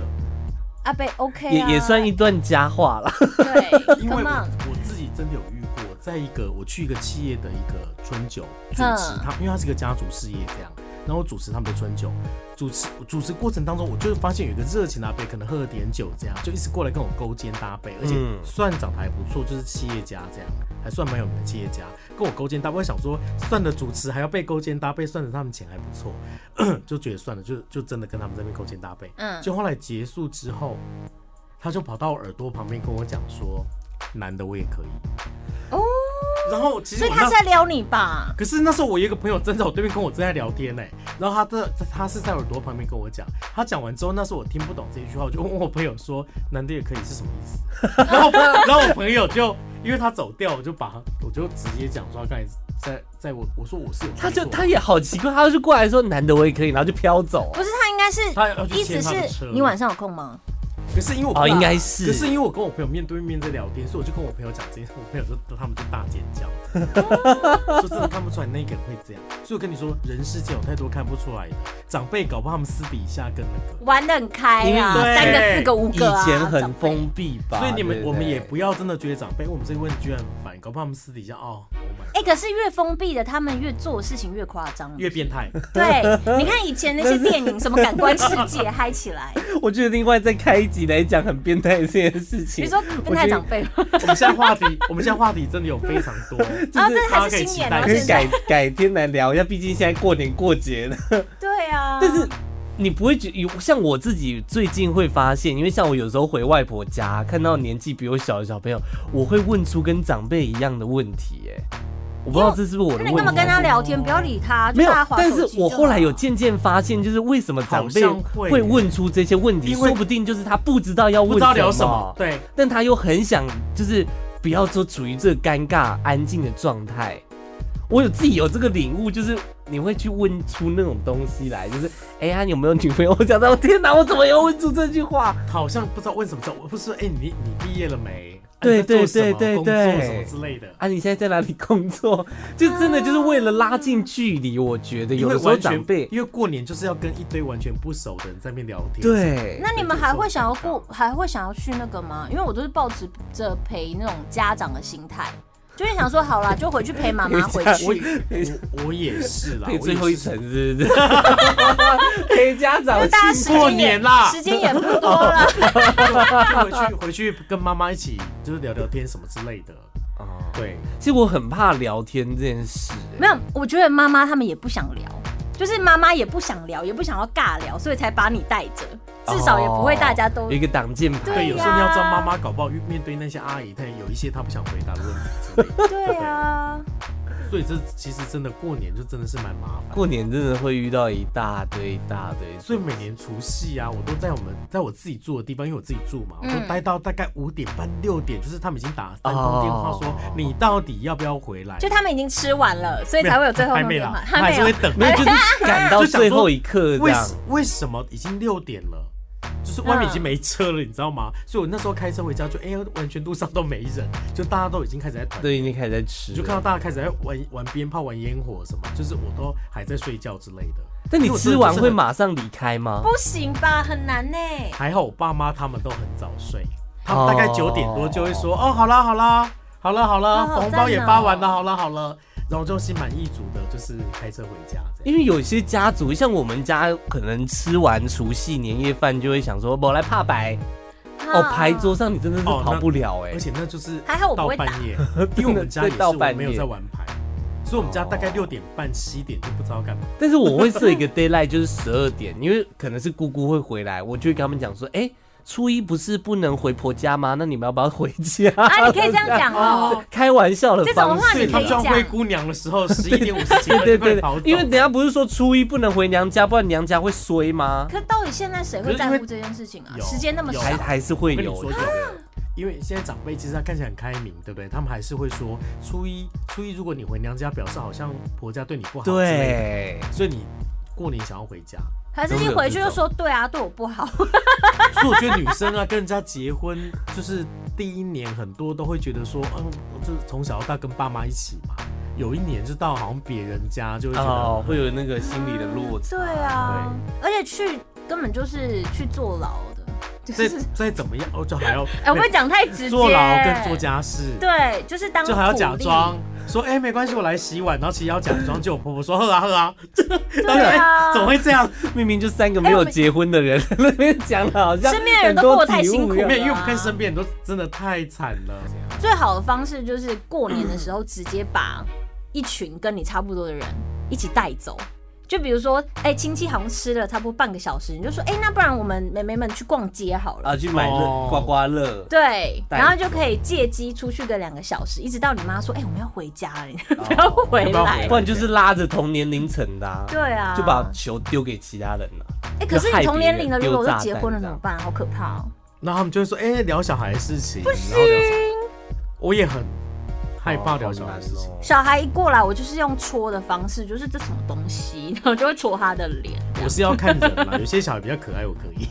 Speaker 3: 阿北 OK 啊
Speaker 1: 也也算一段佳话啦。
Speaker 3: 对
Speaker 2: 因为
Speaker 3: ，Come
Speaker 2: 我
Speaker 3: on，
Speaker 2: 我自己真的有遇过，在一个我去一个企业的一个春酒主持他，因为他是一个家族事业这样，然后我主持他们的春酒，主持主持过程当中，我就发现有一个热情的阿伯，可能喝了点酒这样，就一直过来跟我勾肩搭背，而且
Speaker 1: 嗯
Speaker 2: 算长得还不错，就是企业家这样，还算蛮有名的企业家，跟我勾肩搭背，我想说算了主持还要被勾肩搭背，算了他们钱还不错， 就觉得算了，就就真的跟他们这边勾肩搭背。
Speaker 3: 嗯
Speaker 2: 就后来结束之后，他就跑到我耳朵旁边跟我讲说，男的我也可以。
Speaker 3: 哦，
Speaker 2: 然后其实
Speaker 3: 所以
Speaker 2: 我
Speaker 3: 他
Speaker 2: 那
Speaker 3: 是。在撩你吧？
Speaker 2: 可是那时候我有一个朋友站在我对面跟我正在聊天呢、然后他的他是在耳朵旁边跟我讲，他讲完之后，那时候我听不懂这一句话，我就问我朋友说“男的也可以”是什么意 思，然后然后我朋友就因为他走掉，我就把我就直接讲说他刚才在在我我说我是有
Speaker 1: 他就
Speaker 2: 工作
Speaker 1: 他也好奇怪，他就过来说男的我也可以，然后就飘走啊
Speaker 3: 不。是，他应该是
Speaker 2: 他要去
Speaker 3: 意思
Speaker 2: 牵他的
Speaker 3: 是
Speaker 2: 车
Speaker 3: 你晚上有空吗？
Speaker 2: 可是因为我
Speaker 1: 哦，应该
Speaker 2: 可
Speaker 1: 是。
Speaker 2: 是因为我跟我朋友面对面在聊天，所以我就跟我朋友讲这件事，我朋友就他们就大尖 叫，说真的看不出来那个人会这样。所以我跟你说，人世间有太多看不出来的，长辈搞不好他们私底下跟那个。
Speaker 3: 玩的很开啊，
Speaker 2: 因为对
Speaker 3: 三个四个五
Speaker 1: 以
Speaker 3: 个啊，
Speaker 1: 前很
Speaker 3: 长辈
Speaker 1: 封闭吧，
Speaker 2: 所以你们
Speaker 1: 对
Speaker 2: 我
Speaker 1: 不
Speaker 2: 们
Speaker 1: 对
Speaker 2: 也不要真的觉得长辈问我们这个问题居然很烦，搞不好他们私底下哦，oh
Speaker 1: 嗯
Speaker 2: my god，
Speaker 3: 哎、可是越封闭的，他们越做事情越夸张。啊
Speaker 2: 越变态。
Speaker 3: 对，你看以前那些电影，什么感官世界嗨 起来，
Speaker 1: 我觉得另外再开一集来讲很变态这件事情。
Speaker 3: 比如说变态长辈，
Speaker 2: 我们现在 话题，我们现在话题真的有非常多，
Speaker 3: 啊，
Speaker 1: 就是
Speaker 3: 这还是新年哦
Speaker 2: 大家
Speaker 1: 可
Speaker 2: 以
Speaker 1: 以
Speaker 3: 现
Speaker 1: 改
Speaker 3: 在。
Speaker 1: 改天来聊一下，毕竟现在过年过节的。
Speaker 3: 对啊，
Speaker 1: 但是你不会觉有像我自己最近会发现，因为像我有时候回外婆家，看到年纪比我小的小朋友，我会问出跟长辈一样的问题、哎，我不知道这是不是我的问
Speaker 3: 那你
Speaker 1: 题。
Speaker 3: 干嘛跟他聊天？不要理他，
Speaker 1: 没
Speaker 3: 就
Speaker 1: 有
Speaker 3: 大家，滑手
Speaker 1: 但
Speaker 3: 机
Speaker 1: 是我
Speaker 3: 就
Speaker 1: 后来有
Speaker 3: 好
Speaker 1: 渐渐发现，就是为什么长辈
Speaker 2: 好像会
Speaker 1: 会问出这些问题，
Speaker 2: 因为
Speaker 1: 说不定就是他 不知道要问
Speaker 2: 不知道聊什么。对，
Speaker 1: 但他又很想就是不要说处于这尴尬安静的状态。我有自己有这个领悟，就是你会去问出那种东西来，就是哎呀、你有没有女朋友？我 讲到天哪，我怎么又问出这句话？
Speaker 2: 好像不知道问什么，我不是说哎、你你毕业了没？啊
Speaker 1: 对
Speaker 2: 你在
Speaker 1: 对
Speaker 2: 做什么
Speaker 1: 对对
Speaker 2: 工作
Speaker 1: 对
Speaker 2: 什么之类的。
Speaker 1: 啊，你现在在哪里工作？就真的就是为了拉近距离，我觉得
Speaker 2: 因
Speaker 1: 有
Speaker 2: 为
Speaker 1: 的时候
Speaker 2: 完全
Speaker 1: 长辈
Speaker 2: 因为过年就是要跟一堆完全不熟的人在那边聊天。，
Speaker 1: 对，
Speaker 3: 那你们还会想要过，还会想要去那个吗？因为我都是抱持着陪那种家长的心态，就是想说好啦，就回去陪妈妈回
Speaker 2: 我
Speaker 3: 去。
Speaker 2: 我我也是啦，
Speaker 1: 配
Speaker 2: 我
Speaker 1: 最后一
Speaker 2: 也是
Speaker 1: 层。是不是？ 陪家长
Speaker 3: 大家时间也
Speaker 2: 过年啦
Speaker 3: 时间也不多了。
Speaker 2: 就回去回去跟妈妈一起就是聊聊天什么之类的。
Speaker 1: 哦
Speaker 2: 对，
Speaker 1: 其实我很怕聊天这件事、哎
Speaker 3: 没有，我觉得妈妈他们也不想聊，就是妈妈也不想聊，也不想要尬聊，所以才把你带着，至少也不会大家都
Speaker 1: 哦有一。个挡箭牌。
Speaker 3: 对
Speaker 2: 对，有时候你要知道妈妈搞不好面对那些阿姨，她有一些她不想回答的问题之类的。
Speaker 3: 对啊，
Speaker 2: 所以这其实真的过年就真的是蛮麻烦。
Speaker 1: 过年真的会遇到一大堆一大堆，
Speaker 2: 所以每年除夕啊，我都在我们在我自己住的地方，因为我自己住嘛，我
Speaker 3: 嗯
Speaker 2: 就待到大概五点半六点，就是他们已经打三通电话说
Speaker 1: 哦
Speaker 2: 你到底要不要回来，
Speaker 3: 就他们已经吃完了，所以才会有最后
Speaker 2: 还
Speaker 3: 那
Speaker 2: 没
Speaker 3: 电
Speaker 2: 啦
Speaker 3: 话，，
Speaker 2: 他还是会
Speaker 3: 有。
Speaker 2: 等，
Speaker 1: 没哎有就是赶到
Speaker 2: 就想
Speaker 1: 最
Speaker 2: 说
Speaker 1: 后一刻这
Speaker 2: 为
Speaker 1: 样
Speaker 2: 什。为什么已经六点了，就是外面已经没车了，你知道吗？所以我那时候开车回家就，哎、完全路上都没人，就大家都已经开始在团。
Speaker 1: 对，已经开始在吃
Speaker 2: 你就
Speaker 1: 了。
Speaker 2: 看到大家开始在玩玩鞭炮、玩烟火什么，就是我都还在睡觉之类的。
Speaker 1: 但你
Speaker 2: 因为我真
Speaker 1: 吃
Speaker 2: 的
Speaker 1: 完
Speaker 2: 就是
Speaker 1: 会
Speaker 2: 很？
Speaker 1: 马上离开吗？
Speaker 3: 不行吧，很难呢、
Speaker 2: 还好我爸妈他们都很早睡，他们大概
Speaker 1: 哦
Speaker 2: 九点多就会说：“哦，好啦好啦，好了好了，
Speaker 3: 哦好
Speaker 2: 红包也发完了，
Speaker 3: 赞哦
Speaker 2: 好了好了。”然后就心满意足的，就是开车回家这样。
Speaker 1: 因为有些家族，像我们家，可能吃完除夕年夜饭就会想说，我来怕白
Speaker 3: 啊
Speaker 1: 哦，牌桌上你真的是
Speaker 2: 哦
Speaker 1: 跑
Speaker 2: 那
Speaker 1: 不了哎
Speaker 2: 而。且那就是
Speaker 3: 还好我不
Speaker 2: 到
Speaker 3: 会打
Speaker 2: 半夜，因为我们家也
Speaker 1: 对
Speaker 2: 是
Speaker 1: 到
Speaker 2: 我
Speaker 1: 半夜
Speaker 2: 没有在玩牌，所以我们家大概六点半七点就不知道干嘛。
Speaker 1: 但是我会设一个 d a y l i g h t 就是十二点，因为可能是姑姑会回来，我就会跟他们讲说，哎、初一不是不能回婆家吗？那你们要不要回家？
Speaker 3: 啊，你可以这样讲哦。
Speaker 1: 开玩笑的
Speaker 3: 这种
Speaker 1: 方
Speaker 3: 话
Speaker 1: 式。
Speaker 2: 所以他们撞灰姑娘的时候，十一点五 十几
Speaker 1: 对
Speaker 2: 分
Speaker 1: 对
Speaker 2: 就跑
Speaker 1: 对
Speaker 2: 走，，
Speaker 1: 因为等一下不是说初一不能回娘家，不然娘家会衰吗？
Speaker 3: 可到底现在谁会在乎这件事情啊？
Speaker 2: 有
Speaker 3: 时间那么少
Speaker 2: 有，
Speaker 1: 还还是会
Speaker 2: 我跟你
Speaker 1: 有
Speaker 2: 说有的，因为 现在长辈其实他看起来很开明，对不对？他们还是会说初一初一如果你回娘家，表示好像婆家对你不好，，
Speaker 1: 对，
Speaker 2: 所以你过年想要回家。
Speaker 3: 还是一回去就说对啊，对我不好。
Speaker 2: 所以我觉得女生啊，跟人家结婚就是第一年，很多都会觉得说，嗯，我就是从小到大跟爸妈一起嘛。有一年就到好像别人家，就会觉得、
Speaker 1: 哦，会有那个心理的落差。
Speaker 3: 对啊，而且去根本就是去坐牢的，就
Speaker 2: 再
Speaker 3: 是
Speaker 2: 再怎么样，哦，就还要
Speaker 3: 哎，我不会讲太直接。
Speaker 2: 坐牢跟做家事，
Speaker 3: 对，啊就是当
Speaker 2: 就还要
Speaker 3: 苦
Speaker 2: 假
Speaker 3: 力
Speaker 2: 装说，哎、没关系，我来洗碗，然后其实要假装，就我婆婆说，喝啊喝啊，
Speaker 3: 对啊，
Speaker 2: 哎怎么会这 样？
Speaker 1: 明明就三个没有结婚 的人，那边讲的好像
Speaker 3: 身边的人都过得太辛苦
Speaker 1: 很多体悟一样
Speaker 2: 没有，因
Speaker 3: 啊
Speaker 2: 为我们看身边人都真的太惨了。
Speaker 3: 最好的方式就是过年的时候直接把一群跟你差不多的人一起带走。就比如说，哎、亲戚好像吃了差不多半个小时，你就说，哎、那不然我们妹妹们去逛街好了。
Speaker 1: 啊，去买乐
Speaker 2: 哦
Speaker 1: 刮刮乐，
Speaker 3: 对，
Speaker 1: 带
Speaker 3: 然后就可以借机出去个两个小时，一直到你妈说，哎、我们要回家了，你 不要
Speaker 1: 哦
Speaker 3: 回
Speaker 2: 要不要
Speaker 3: 来
Speaker 2: 回。
Speaker 1: 不然就是拉着同年龄层的啊，
Speaker 3: 对啊，
Speaker 1: 就把球丢给其他人了。
Speaker 3: 哎、可是
Speaker 1: 就害
Speaker 3: 你同年龄的，
Speaker 1: 别
Speaker 3: 如
Speaker 1: 人
Speaker 3: 果
Speaker 1: 丢
Speaker 3: 都
Speaker 1: 炸
Speaker 3: 结
Speaker 1: 弹
Speaker 3: 婚了
Speaker 1: 这
Speaker 3: 怎么
Speaker 1: 样
Speaker 3: 办？好可怕哦！
Speaker 2: 然后他们就会说，哎、聊小孩的事情，然后聊小孩，我也很害怕聊小孩的事
Speaker 1: 哦
Speaker 2: 情。
Speaker 3: 小孩一过来，我就是用戳的方式，就是这什么东西，然后就会戳他的脸。
Speaker 2: 我是要看人啦，有些小孩比较可爱，我可 以，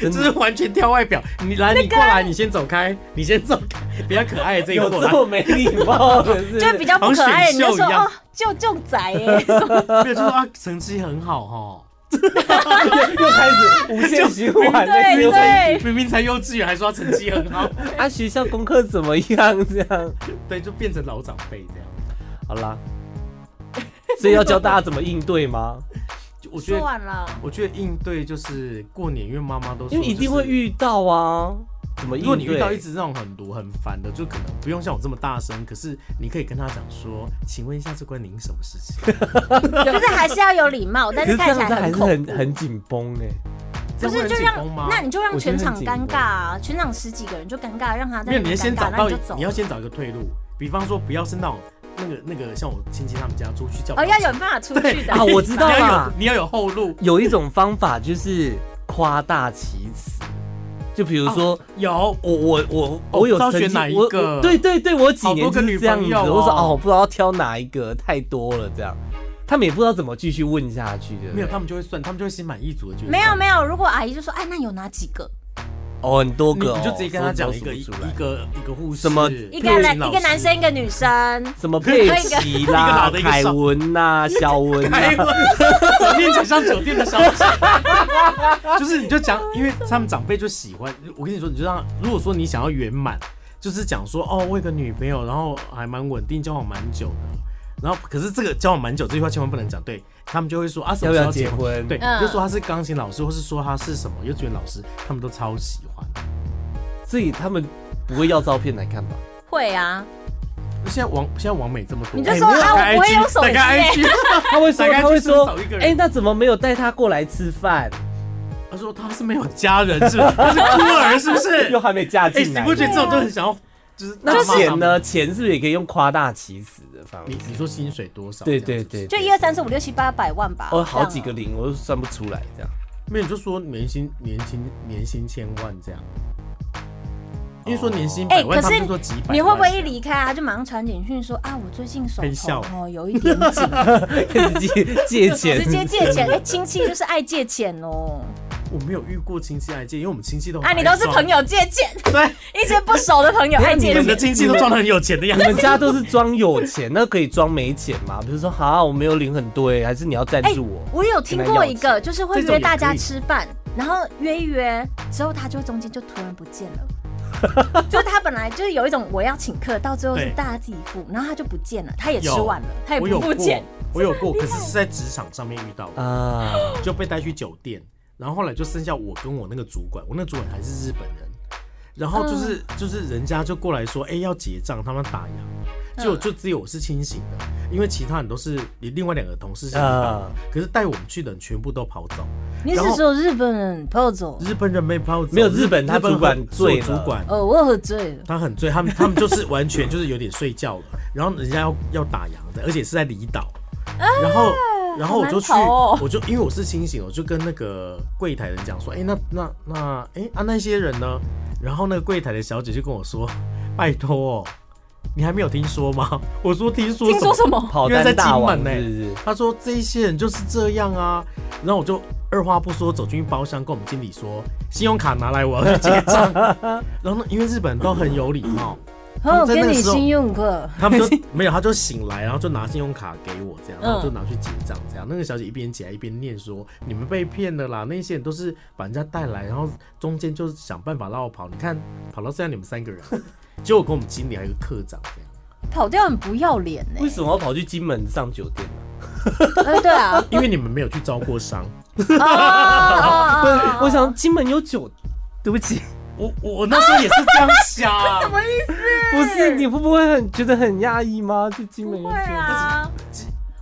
Speaker 1: 真
Speaker 2: 就是
Speaker 1: 的
Speaker 2: 完全挑外表。你来，你过来，你先走开，你先走开，比较可爱啊的这一个
Speaker 1: 有
Speaker 2: 过
Speaker 1: 这
Speaker 2: 来。
Speaker 1: 么没礼貌的是不
Speaker 3: 就是
Speaker 1: 是
Speaker 3: 比较不
Speaker 2: 好
Speaker 3: 可
Speaker 2: 像
Speaker 3: 爱的，
Speaker 2: 选
Speaker 3: 你就
Speaker 2: 秀
Speaker 3: 说
Speaker 2: 一样
Speaker 3: 哦，就 就宅耶，
Speaker 2: 没有，就说啊，成绩很好哈。
Speaker 1: 又开始无限循环
Speaker 3: 对
Speaker 1: 那
Speaker 2: 明明
Speaker 1: 个。
Speaker 2: 才明明才幼稚园，还说他成绩很 好，
Speaker 1: 啊，学校功课怎么样？这样
Speaker 2: 对，就变成老长辈这样。
Speaker 1: 好 啦，所以要教大家怎么应对吗？
Speaker 2: 就我觉
Speaker 3: 说
Speaker 2: 得，
Speaker 3: 完了，
Speaker 2: 我觉得应对就是过年，因为妈妈都说
Speaker 1: 因为一定会
Speaker 2: 就是
Speaker 1: 遇到啊，怎么应对？
Speaker 2: 如果你遇到一直这种很毒很烦的，就可能不用像我这么大声，可是你可以跟他讲说：“请问一下，这关您什么事情
Speaker 3: 就是还是要有礼貌，但
Speaker 1: 可
Speaker 3: 是
Speaker 1: 是这
Speaker 3: 看
Speaker 1: 样
Speaker 3: 起
Speaker 1: 子
Speaker 3: 来
Speaker 1: 还
Speaker 3: 很
Speaker 1: 是
Speaker 3: 恐
Speaker 1: 很
Speaker 3: 怖。
Speaker 1: 很紧绷哎。？”
Speaker 2: 这
Speaker 3: 不
Speaker 2: 会
Speaker 3: 是
Speaker 2: 很
Speaker 3: 就
Speaker 2: 紧
Speaker 3: 让
Speaker 2: 绷吗？
Speaker 3: 那你就让
Speaker 2: 我觉
Speaker 3: 全
Speaker 2: 得很
Speaker 3: 场
Speaker 2: 紧
Speaker 3: 尴
Speaker 2: 绷
Speaker 3: 尬啊，全场十几个人就尴尬，让他在
Speaker 2: 没有，
Speaker 3: 那
Speaker 2: 你
Speaker 3: 边
Speaker 2: 要
Speaker 3: 尴
Speaker 2: 先
Speaker 3: 尬，
Speaker 2: 找
Speaker 3: 然后
Speaker 2: 到
Speaker 3: 你就走，
Speaker 2: 你要先找一个退路。比方说，不要是那种那个那个像我亲戚他们家出去叫
Speaker 3: 哦要有办法出去
Speaker 2: 对
Speaker 3: 的
Speaker 1: 啊，我知道
Speaker 2: 你要
Speaker 1: 啦
Speaker 2: 有 你要有后路。
Speaker 1: 有一种方法就是夸大其词，就比如说。
Speaker 2: 有
Speaker 1: 我我我
Speaker 2: 哦
Speaker 1: 我有
Speaker 2: 不知道
Speaker 1: 曾
Speaker 2: 选
Speaker 1: 经
Speaker 2: 哪一
Speaker 1: 我
Speaker 2: 个
Speaker 1: 我对对对，我有几
Speaker 2: 好
Speaker 1: 年
Speaker 2: 多
Speaker 1: 就
Speaker 2: 个
Speaker 1: 是
Speaker 2: 女
Speaker 1: 这样子，
Speaker 2: 朋友哦
Speaker 1: 我说哦，我不知道挑哪一个，太多了这样，他们也不知道怎么继续问下去，对不对？
Speaker 2: 没有，他们就会算，他们就会心满意足的觉得
Speaker 3: 没有没有，如果阿姨就说哎，那有哪几个？
Speaker 1: 哦，很多个、
Speaker 2: 你
Speaker 1: 哦，
Speaker 2: 你就直接跟他讲一个一
Speaker 1: 说不出来
Speaker 2: 一个一个护士，
Speaker 1: 什么
Speaker 3: 一
Speaker 2: 一
Speaker 3: 个男一个男生一个女生，
Speaker 1: 什么佩奇
Speaker 2: 一个
Speaker 1: 啦
Speaker 2: 老、的一个
Speaker 1: 凯
Speaker 2: 少
Speaker 1: 文 呐、小文呐、
Speaker 2: 哎，我酒店才像酒店的小姐，就是你就讲，因为他们长辈就喜欢。我跟你说，你就让，如果说你想要圆满，就是讲说，哦，我有个女朋友，然后还蛮稳定，交往蛮久的。然后，可是这个交往蛮久这句话千万不能讲，对他们就会说啊，什
Speaker 1: 要
Speaker 2: 么
Speaker 1: 不
Speaker 2: 时
Speaker 1: 要结
Speaker 2: 候婚？
Speaker 1: 婚？
Speaker 2: 对，
Speaker 3: 嗯
Speaker 2: 你就说他是钢琴老师，或是说他是什么幼稚园老师，他们都超喜欢。
Speaker 1: 所以他们不会要照片来看 吧？
Speaker 3: 会啊，
Speaker 2: 现在王现在王美这么多，
Speaker 3: 你就说
Speaker 2: 哎没有
Speaker 3: 啊
Speaker 2: 打开
Speaker 3: 我不会
Speaker 2: IG，
Speaker 3: 用手机
Speaker 2: 打开
Speaker 3: 耶
Speaker 2: IG
Speaker 1: 他会说，
Speaker 2: 大概
Speaker 1: 他
Speaker 2: 就
Speaker 1: 会
Speaker 2: 是
Speaker 1: 说
Speaker 2: 找一个，人
Speaker 1: 哎、那怎么没有带他过来吃饭？？
Speaker 2: 他说他是没有家人，是不是？他是孤儿，是不是
Speaker 1: 又还没嫁
Speaker 2: 哎、
Speaker 1: 进
Speaker 2: 你
Speaker 1: 来。
Speaker 2: 不觉得这种
Speaker 3: 啊
Speaker 2: 就很想要，就是
Speaker 1: 那
Speaker 2: 大骂他
Speaker 1: 钱
Speaker 2: 们？
Speaker 1: 呢？钱是不是也可以用夸大其词的方
Speaker 2: 你
Speaker 1: 式？
Speaker 2: 你说薪水多少？
Speaker 1: 对
Speaker 2: 这
Speaker 1: 对
Speaker 2: 样子
Speaker 1: 对，，
Speaker 3: 就一二三四五六七八百万吧。
Speaker 1: 哦，好几
Speaker 3: 这
Speaker 1: 个
Speaker 3: 样啊。
Speaker 1: 零我都算不出来，这样
Speaker 2: 没有你就说年薪年薪年薪千万这样，因为说年薪
Speaker 3: 哎
Speaker 2: 百万，
Speaker 3: 可
Speaker 2: 他
Speaker 3: 是
Speaker 2: 们就说几百万。
Speaker 3: 你会不会一离开啊，就马上传简讯说啊，我最近手
Speaker 2: 很小
Speaker 3: 头哦有一点紧，
Speaker 1: 开始借 借钱，
Speaker 3: 直接借钱，哎，亲戚就是爱借钱哦。
Speaker 2: 我没有遇过亲戚来借，因为我们亲戚都很
Speaker 3: 啊，你都
Speaker 2: 爱
Speaker 3: 是
Speaker 2: 装
Speaker 3: 朋，友借钱，
Speaker 2: 哦 对，
Speaker 3: 一些不熟的 朋友爱借
Speaker 2: 你们的亲
Speaker 3: 钱。
Speaker 2: 戚都装的很有钱的样
Speaker 1: 你
Speaker 2: 子。
Speaker 1: 们家都是装有钱，那可以装没钱吗？比如说，哈，我没有领很多、欸，还是你要赞助我？
Speaker 3: 我有听过一个，就是会
Speaker 2: 这种
Speaker 3: 约
Speaker 2: 也
Speaker 3: 大家
Speaker 2: 可以
Speaker 3: 吃饭，然后约一约之后，他就中间就突然不见了。 就他本来就是有一种我要请客，到最后是
Speaker 2: 对
Speaker 3: 大家自己付，然后他就不见了，他也吃
Speaker 2: 有
Speaker 3: 完了，他也
Speaker 2: 我有
Speaker 3: 不付
Speaker 2: 过
Speaker 3: 钱。，
Speaker 2: 我有 过，可是是在职场上面遇到的，
Speaker 1: 啊，
Speaker 2: 就被带去酒店，然后后来就剩下我跟我那个主管，我那个主管还是日本人，然后就是、就是人家就过来说，哎、要结账，他们打烊，就就只有我是清醒的，因为其他人都是另外两个同事是一班的
Speaker 1: 嗯，
Speaker 2: 可是带我们去的人全部都跑走，
Speaker 3: 你
Speaker 2: 然
Speaker 3: 是
Speaker 2: 后
Speaker 3: 说日本人跑走？
Speaker 2: 日本人没跑走，
Speaker 1: 没有日本他主管
Speaker 2: 日本很
Speaker 1: 醉了
Speaker 2: 是我主管
Speaker 3: 哦，我喝醉了。
Speaker 2: 他很醉，他们 他们就是完全就是有点睡觉了，然后人家要要打烊的，而且是在离岛，然后然后我就去，
Speaker 3: 啊好难逃哦
Speaker 2: 我就因为我是清醒，我就跟那个柜台人讲说，哎、那那那，哎、啊那些人呢？然后那个柜台的小姐就跟我说，拜托哦，你还没有听说吗？我说听说
Speaker 4: 听说什么？
Speaker 1: 跑
Speaker 2: 因为在
Speaker 1: 单大
Speaker 2: 金
Speaker 1: 王
Speaker 2: 门呢欸
Speaker 1: 是不是？
Speaker 2: 他说这些人就是这样啊，然后我就二话不说走进包厢，跟我们经理说信用卡拿来，我要去结账。 然后呢，因为日本人都很有礼貌，
Speaker 3: 好，
Speaker 2: 他们在那
Speaker 3: 给
Speaker 2: 个
Speaker 3: 你
Speaker 2: 时候
Speaker 3: 信用卡。
Speaker 2: 他们就没有，他就醒来，然后就拿信用卡给我这样，
Speaker 4: 嗯
Speaker 2: 然后就拿去结账这样。那个小姐一边起来一边念说：“你们被骗了啦，那些人都是把人家带来，然后中间就是想办法绕跑。你看跑到现在你们三 个人，结果跟我们经理还有一个科长这样。”
Speaker 3: 跑掉很不要脸呢、
Speaker 1: 为什么要跑去金门上酒店呢？
Speaker 3: 哎、对啊，
Speaker 2: 因为你们没有去招过 商，
Speaker 3: 啊啊啊
Speaker 1: 不是
Speaker 3: 啊，
Speaker 1: 我想金门有酒，对不起，
Speaker 2: 我我我那时候也是这样想，
Speaker 1: 不是你会不会很觉得很压抑吗？去金门有
Speaker 3: 会
Speaker 1: 酒，
Speaker 3: 啊。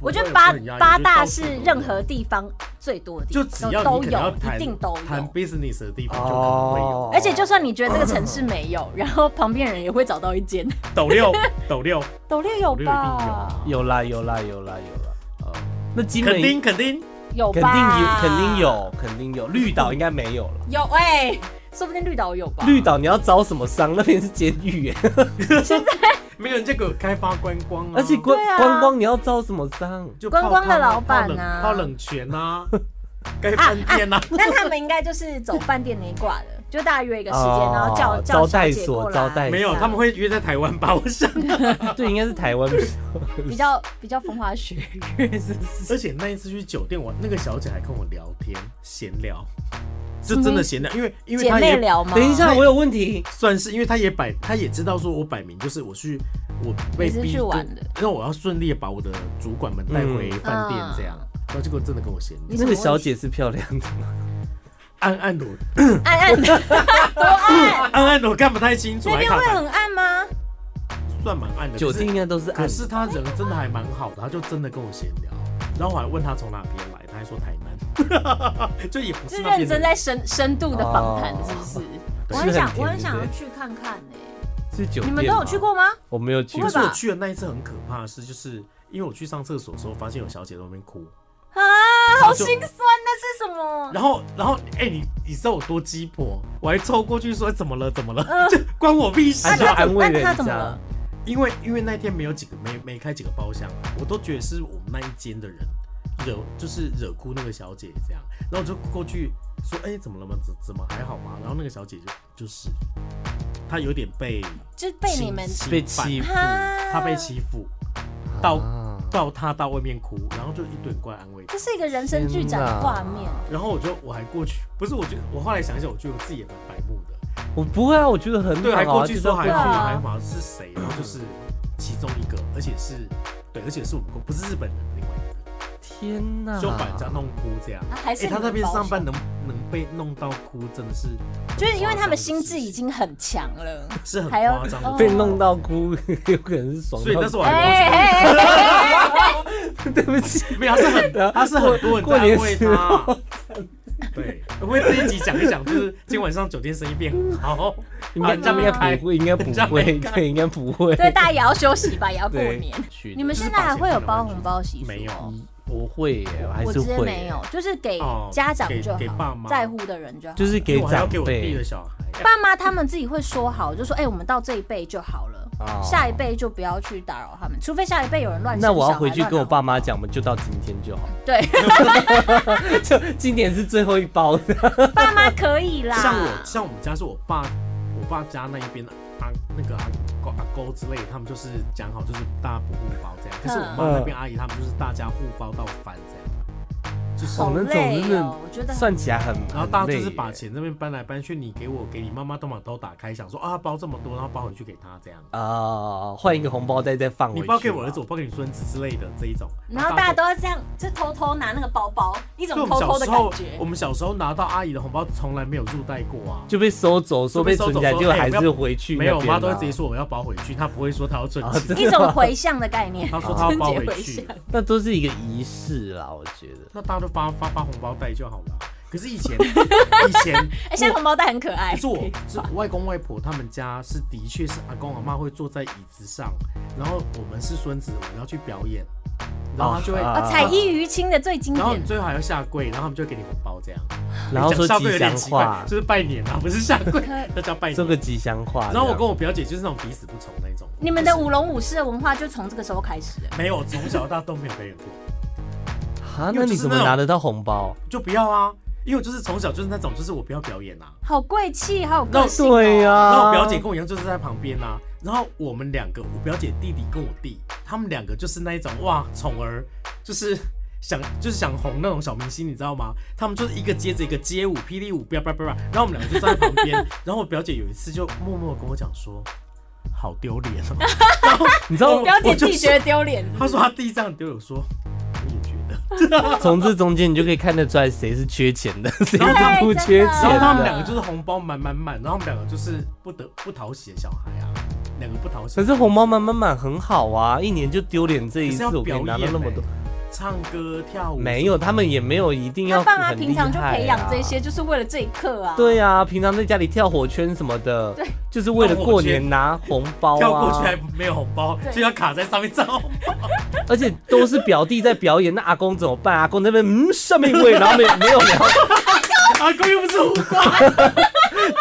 Speaker 3: 我觉得
Speaker 2: 不会
Speaker 3: 八
Speaker 2: 有人压抑
Speaker 3: 八
Speaker 2: 就
Speaker 3: 大
Speaker 2: 到
Speaker 3: 是
Speaker 2: 处都有
Speaker 3: 任何地方最多的地
Speaker 2: 就只
Speaker 3: 方，
Speaker 2: 要
Speaker 3: 都
Speaker 2: 你可能要
Speaker 3: 有，
Speaker 2: 谈
Speaker 3: 一定都
Speaker 2: 谈
Speaker 3: 有。
Speaker 2: business 的地方就可能会有。
Speaker 3: 而且就算你觉得这个城市 没有，然后旁边人也会找到一间。
Speaker 2: 斗六，斗六，
Speaker 3: 斗六
Speaker 2: 斗六
Speaker 3: 有
Speaker 2: 一定
Speaker 3: 吧？
Speaker 2: 有，
Speaker 1: 有啦有啦有啦有啦。哦，那金门
Speaker 2: 肯定肯定。啊
Speaker 3: 有
Speaker 1: 肯定有
Speaker 3: 吧？
Speaker 1: 肯定。有肯定有，绿岛应该没有了。
Speaker 3: 有哎、说不定绿岛有吧？
Speaker 1: 绿岛你要招什么商？那边是监狱 耶，
Speaker 2: 没有人家给我开发观光啊，
Speaker 1: 而且观
Speaker 3: 对啊
Speaker 1: 观光你要招什么商？
Speaker 2: 就
Speaker 3: 观
Speaker 2: 泡
Speaker 3: 光的
Speaker 2: 汤
Speaker 3: 老板啊
Speaker 2: 泡冷泡冷泉 啊，盖饭店啊，
Speaker 3: 但他们应该就是走饭店那一挂的，就大家约一个时间，
Speaker 1: 哦
Speaker 3: 然后叫叫
Speaker 1: 招待
Speaker 3: 小姐
Speaker 1: 所
Speaker 3: 过来
Speaker 1: 招待所
Speaker 2: 没有，他们会约在台湾吧？ 我 想，
Speaker 1: 啊对，应该是台湾 比较
Speaker 3: 比较比较风花雪月，是不是？
Speaker 2: 而且那一次去酒店，我那个小姐还跟我聊天闲聊，就真的闲聊，因为因为
Speaker 3: 嗯姐
Speaker 2: 她
Speaker 3: 妹
Speaker 2: 也
Speaker 3: 聊吗？
Speaker 1: 等一下，我有问题。
Speaker 2: 算是，因为她也摆，她也知道说我摆明就是我去我被
Speaker 3: 你是
Speaker 2: 逼
Speaker 3: 去玩的，
Speaker 2: 因为我要顺利地把我的主管们带回
Speaker 1: 嗯
Speaker 2: 饭店这样，然后结果真的跟我闲聊
Speaker 3: 你，
Speaker 1: 那个小姐是漂亮的 吗？
Speaker 2: 暗暗的我
Speaker 3: 暗暗 的，多暗？
Speaker 2: 暗暗的我看不太清楚，
Speaker 3: 那
Speaker 2: 还
Speaker 3: 边
Speaker 2: 卡
Speaker 3: 会
Speaker 2: 板
Speaker 3: 很暗吗？
Speaker 2: 算蛮暗的，
Speaker 1: 酒
Speaker 2: 可是
Speaker 1: 店应该都是暗
Speaker 2: 可
Speaker 1: 的。
Speaker 2: 是他人真的还蛮好的，他就真的跟我闲聊，然后我还问他从哪边来，他还说台南， 就也不
Speaker 3: 是
Speaker 2: 是那
Speaker 3: 认
Speaker 2: 边
Speaker 3: 真
Speaker 2: 的。
Speaker 3: 在深深度的访谈，
Speaker 1: 哦
Speaker 3: 是不是？
Speaker 1: 对
Speaker 3: 我很想
Speaker 1: 是很，甜
Speaker 3: 我很想要
Speaker 1: 对不
Speaker 3: 去看看呢。
Speaker 1: 是酒店
Speaker 3: 你
Speaker 1: 吗
Speaker 3: 们都有去？过吗？
Speaker 1: 我没有去过
Speaker 3: 不
Speaker 2: 可
Speaker 3: 会
Speaker 2: 是
Speaker 3: 吧
Speaker 2: 我去的那一次很可怕的是，就是因为我去上厕所的时候，发现有小姐在那边哭，
Speaker 3: 啊，
Speaker 2: 后
Speaker 3: 好
Speaker 2: 就
Speaker 3: 心酸，那是什么？
Speaker 2: 然后然后哎、你你知道我多鸡婆，我还凑过去说哎怎么了怎么了， 就关我屁事
Speaker 1: 还是要
Speaker 2: 啊！
Speaker 1: 安慰人
Speaker 3: 那他怎么
Speaker 1: 家
Speaker 3: 了？
Speaker 2: 因为因为那天没有几个没没开几个包厢，啊我都觉得是我们那一间的人惹就是惹哭那个小姐这样，然后我就过去说哎、怎么了吗？怎怎么还好吗？然后那个小姐就就是她有点被
Speaker 3: 就是被你们
Speaker 2: 侵
Speaker 1: 被
Speaker 2: 侵
Speaker 1: 欺
Speaker 2: 犯
Speaker 1: 负
Speaker 3: 啊，
Speaker 2: 她被欺负到
Speaker 1: 啊
Speaker 2: 到她到外面哭，然后就一堆人过来安慰她
Speaker 3: 这。是一个人生剧展的画面。
Speaker 2: 然后我就我还过去，不是我觉得我后来想一想，我觉得我自己也蛮白目的，
Speaker 1: 我不会啊，我觉得很
Speaker 2: 对，还
Speaker 1: 好啊
Speaker 2: 过去说还
Speaker 1: 就是
Speaker 2: 好，
Speaker 1: 要
Speaker 3: 啊
Speaker 2: 还好是谁？然后就是其中一个，而且是对，而且是我们公不是日本人，另外一个人
Speaker 1: 天哪，
Speaker 2: 就把人家弄哭这样。
Speaker 3: 啊嗯还是
Speaker 2: 哎，他
Speaker 3: 你
Speaker 2: 那
Speaker 3: 们
Speaker 2: 边
Speaker 3: 保守
Speaker 2: 上班能能被弄到哭，真的是
Speaker 3: 就是因为他们心智已经很强了，
Speaker 2: 是很
Speaker 3: 还要
Speaker 2: 夸张的
Speaker 3: 哦
Speaker 1: 被弄到哭，有可能是爽到。
Speaker 2: 所以那时候我
Speaker 3: 哎
Speaker 2: 还
Speaker 3: 哎哎哎
Speaker 1: 对不起，
Speaker 2: 没有，他 是很他是很多人在
Speaker 1: 过年
Speaker 2: 安慰
Speaker 1: 时
Speaker 2: 他。啊 对，我会这一集讲一讲，就是今晚上酒店生意变好，
Speaker 1: 应该
Speaker 2: 啊让
Speaker 1: 应
Speaker 2: 别人
Speaker 1: 该
Speaker 2: 开
Speaker 1: 不会，应该
Speaker 2: 让
Speaker 1: 不
Speaker 2: 别
Speaker 1: 会，
Speaker 2: 人开
Speaker 1: 对，应该不会。
Speaker 3: 对，大家也要休息吧，也要过
Speaker 1: 对
Speaker 3: 年。
Speaker 1: 去
Speaker 3: 你们
Speaker 2: 就是
Speaker 3: 现在
Speaker 2: 把
Speaker 3: 还
Speaker 2: 钱
Speaker 3: 会有
Speaker 2: 拿
Speaker 3: 包
Speaker 2: 回去
Speaker 3: 红包习俗
Speaker 2: 没有
Speaker 3: 哦
Speaker 1: 我会耶，我还
Speaker 3: 我
Speaker 1: 是
Speaker 3: 直接
Speaker 1: 会
Speaker 3: 没
Speaker 1: 耶
Speaker 3: 有，，就是给
Speaker 2: 哦
Speaker 3: 家长
Speaker 2: 给
Speaker 3: 就
Speaker 2: 给爸
Speaker 3: 好
Speaker 2: 妈，
Speaker 3: 在乎的人就好。
Speaker 1: 就是
Speaker 2: 因
Speaker 1: 给
Speaker 2: 为我还要
Speaker 1: 长
Speaker 2: 给我弟
Speaker 1: 辈
Speaker 2: 的小孩。
Speaker 3: 爸妈他们自己会说好，就说哎、我们到这一辈就好了，
Speaker 1: 哦
Speaker 3: 下一辈就不要去打扰他们，除非下一辈有人乱生
Speaker 1: 那我
Speaker 3: 小
Speaker 1: 要
Speaker 3: 孩
Speaker 1: 回去
Speaker 3: 乱
Speaker 1: 跟我
Speaker 3: 搞
Speaker 1: 爸妈讲，我们就到今天就好。
Speaker 3: 对
Speaker 1: 就今年是最后一包，
Speaker 3: 爸妈可以啦。
Speaker 2: 像我像我们家是我爸我爸家那一边的阿那个阿公阿公之类的，他们就是讲好
Speaker 3: 嗯
Speaker 2: 就是大家不互包这样。可是我妈那边阿姨他们就是大家互包到翻这样，就是
Speaker 1: 哦
Speaker 3: 好
Speaker 1: 那种
Speaker 3: 累
Speaker 1: 真的，
Speaker 3: 哦我觉得很
Speaker 1: 算起来很，
Speaker 2: 然后大家就是
Speaker 1: 很累
Speaker 2: 把
Speaker 1: 耶
Speaker 2: 钱那边搬来搬去，你给我给你妈妈都把都打开，想说啊包这么多，然后包回去给他这样。
Speaker 1: 啊换一个红包袋再放回去
Speaker 2: 你
Speaker 1: 嘛。
Speaker 2: 包给我儿子，我包给你孙子之类的这一种。
Speaker 3: 然后大家都要这样，就偷偷拿那个包包，一
Speaker 2: 所以
Speaker 3: 种
Speaker 2: 我们小
Speaker 3: 偷偷
Speaker 2: 时
Speaker 3: 的感
Speaker 2: 候
Speaker 3: 觉，
Speaker 2: 我。们小时候拿到阿姨的红包从来没有入袋过啊。
Speaker 1: 就被收走，说被
Speaker 2: 收
Speaker 1: 存
Speaker 2: 走
Speaker 1: 起来，
Speaker 2: 说
Speaker 1: 结果
Speaker 2: 哎
Speaker 1: 还
Speaker 2: 不要
Speaker 1: 是回去那
Speaker 2: 没
Speaker 1: 边
Speaker 2: 有，
Speaker 1: 嘛。
Speaker 2: 我妈都会直接说我要包回去，她不会说她要存
Speaker 1: 啊
Speaker 2: 钱，
Speaker 1: 真
Speaker 3: 一
Speaker 1: 的
Speaker 3: 种
Speaker 1: 吗
Speaker 3: 回向的概 念，
Speaker 2: 她说她要包回
Speaker 3: 啊春节
Speaker 2: 去
Speaker 3: 回。向
Speaker 1: 那都是一个仪式啦，我觉得。
Speaker 2: 那大家都发发发红包袋就好了。啊可是以 前以前
Speaker 3: 哎，现在红包袋很可爱
Speaker 2: 可。是我是我外公外婆他们家是的确是阿公阿妈会坐在椅子上，然后我们是孙子，我们要去表演，然后他就会，
Speaker 1: 啊
Speaker 3: 啊，彩衣娱亲的最经
Speaker 2: 然后
Speaker 3: 典
Speaker 2: 你，最后还要下跪，然后他们就会给你红包这样。
Speaker 1: 然后
Speaker 2: 讲
Speaker 1: 说
Speaker 2: 下跪
Speaker 1: 吉
Speaker 2: 有点
Speaker 1: 祥
Speaker 2: 奇怪
Speaker 1: 话，
Speaker 2: 就，是拜年啊，不是下跪，
Speaker 3: 可
Speaker 2: 那叫拜
Speaker 1: 说
Speaker 2: 年。
Speaker 1: 个吉祥话。
Speaker 2: 然后我
Speaker 1: 这样
Speaker 2: 跟我表姐就是那种彼此不从那种。
Speaker 3: 你们的
Speaker 2: 就是
Speaker 3: 舞龙舞狮的文化就从这个时候开始了。
Speaker 2: 没有，从小到大都没有表演过，
Speaker 1: 啊，
Speaker 2: 因
Speaker 1: 那
Speaker 2: 为
Speaker 1: 你
Speaker 2: 就是
Speaker 1: 怎么
Speaker 2: 那种
Speaker 1: 拿得到红包？
Speaker 2: 就不要啊，因为我就是从小就是那种，就是我不要表演啊。
Speaker 3: 好贵气，好有
Speaker 2: 那
Speaker 3: 个
Speaker 2: 我
Speaker 3: 性、哦。
Speaker 1: 对呀、
Speaker 2: 然后我表姐跟我一样，就是在旁边啊。然后我们两个，我表姐弟弟跟我弟，他们两个就是那一种哇，宠儿，就是想就是想红那种小明星，你知道吗？他们就是一个接着一个街舞、霹雳舞，叭叭叭叭。然后我们两个就站在 旁边。然后我表姐有一次就默默地跟我讲说：“好丢脸哦。 然后
Speaker 1: 你知道
Speaker 3: 表姐
Speaker 2: 我就
Speaker 3: 自己觉得丢 脸，
Speaker 2: 她说她第一张丢脸，我说我也觉得。
Speaker 1: 从这中间你就可以看得出来谁是缺钱的，谁是不缺钱
Speaker 3: 对真的
Speaker 2: 然后他们
Speaker 1: 的。
Speaker 2: 两个就是红包满满满，然后他们两个就是不得不讨喜的小孩啊，两个不讨喜。
Speaker 1: 可是红包满满满很好啊，一年就丢脸这一
Speaker 2: 可是
Speaker 1: 次，
Speaker 2: 要
Speaker 1: 我可以拿到那么
Speaker 2: 表演欸
Speaker 1: 多。
Speaker 2: 唱歌跳舞
Speaker 1: 没有，他们也没有一定要
Speaker 3: 他爸妈
Speaker 1: 很厉
Speaker 3: 平常就培养
Speaker 1: 害啊
Speaker 3: 这些，。就是为了这一刻啊。
Speaker 1: 对啊，平常在家里跳火圈什么的，
Speaker 3: 对
Speaker 1: 就是为了过年拿红包
Speaker 2: 跳过去还
Speaker 1: 啊。
Speaker 2: 没有红包，
Speaker 3: 哦对
Speaker 2: 就要卡在上面照。
Speaker 1: 而且都是表弟在表演，那阿公怎么办？阿公那边嗯上面一位，然后没没有聊，
Speaker 2: 阿公又不是胡瓜，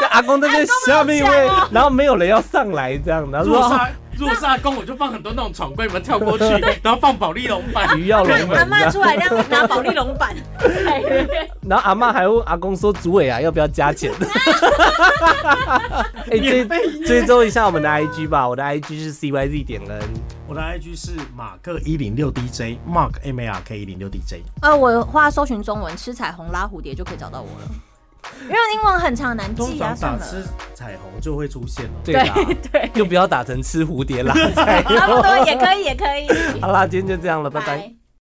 Speaker 1: 阿公那边下哦面一位，然后没有人要上来这样，然后
Speaker 2: 如果是
Speaker 1: 说
Speaker 2: 阿如果是阿公，我就放很多那种闯柜门跳过去，然后放保利龙板。
Speaker 1: 鱼要龙门啊
Speaker 3: 阿
Speaker 1: 这
Speaker 3: 妈
Speaker 1: 样
Speaker 3: 出来这样拿保利龙板，哎
Speaker 1: 然后阿妈还问阿公说：“主委啊，要不要加 钱？”哎、追
Speaker 2: 免费音乐
Speaker 1: 追踪一下我们的 IG 吧，我的 IG 是 CYZ 点 N。
Speaker 2: 我的 IG 是马克一零六 DJ Mark M A R K 一零六 DJ。
Speaker 3: 呃，我花搜寻中文“吃彩虹拉蝴蝶”就可以找到我了，因为英文很长难
Speaker 2: 通
Speaker 3: 记啊，
Speaker 2: 常
Speaker 3: 算
Speaker 2: 打
Speaker 3: 了。
Speaker 2: 吃彩虹就会出现哦。
Speaker 1: 对啦，
Speaker 3: 对，
Speaker 1: 又不要打成吃蝴蝶啦。
Speaker 3: 差不多也可以，也可以。
Speaker 1: 好啦，今天就这样了，拜拜。
Speaker 3: 拜。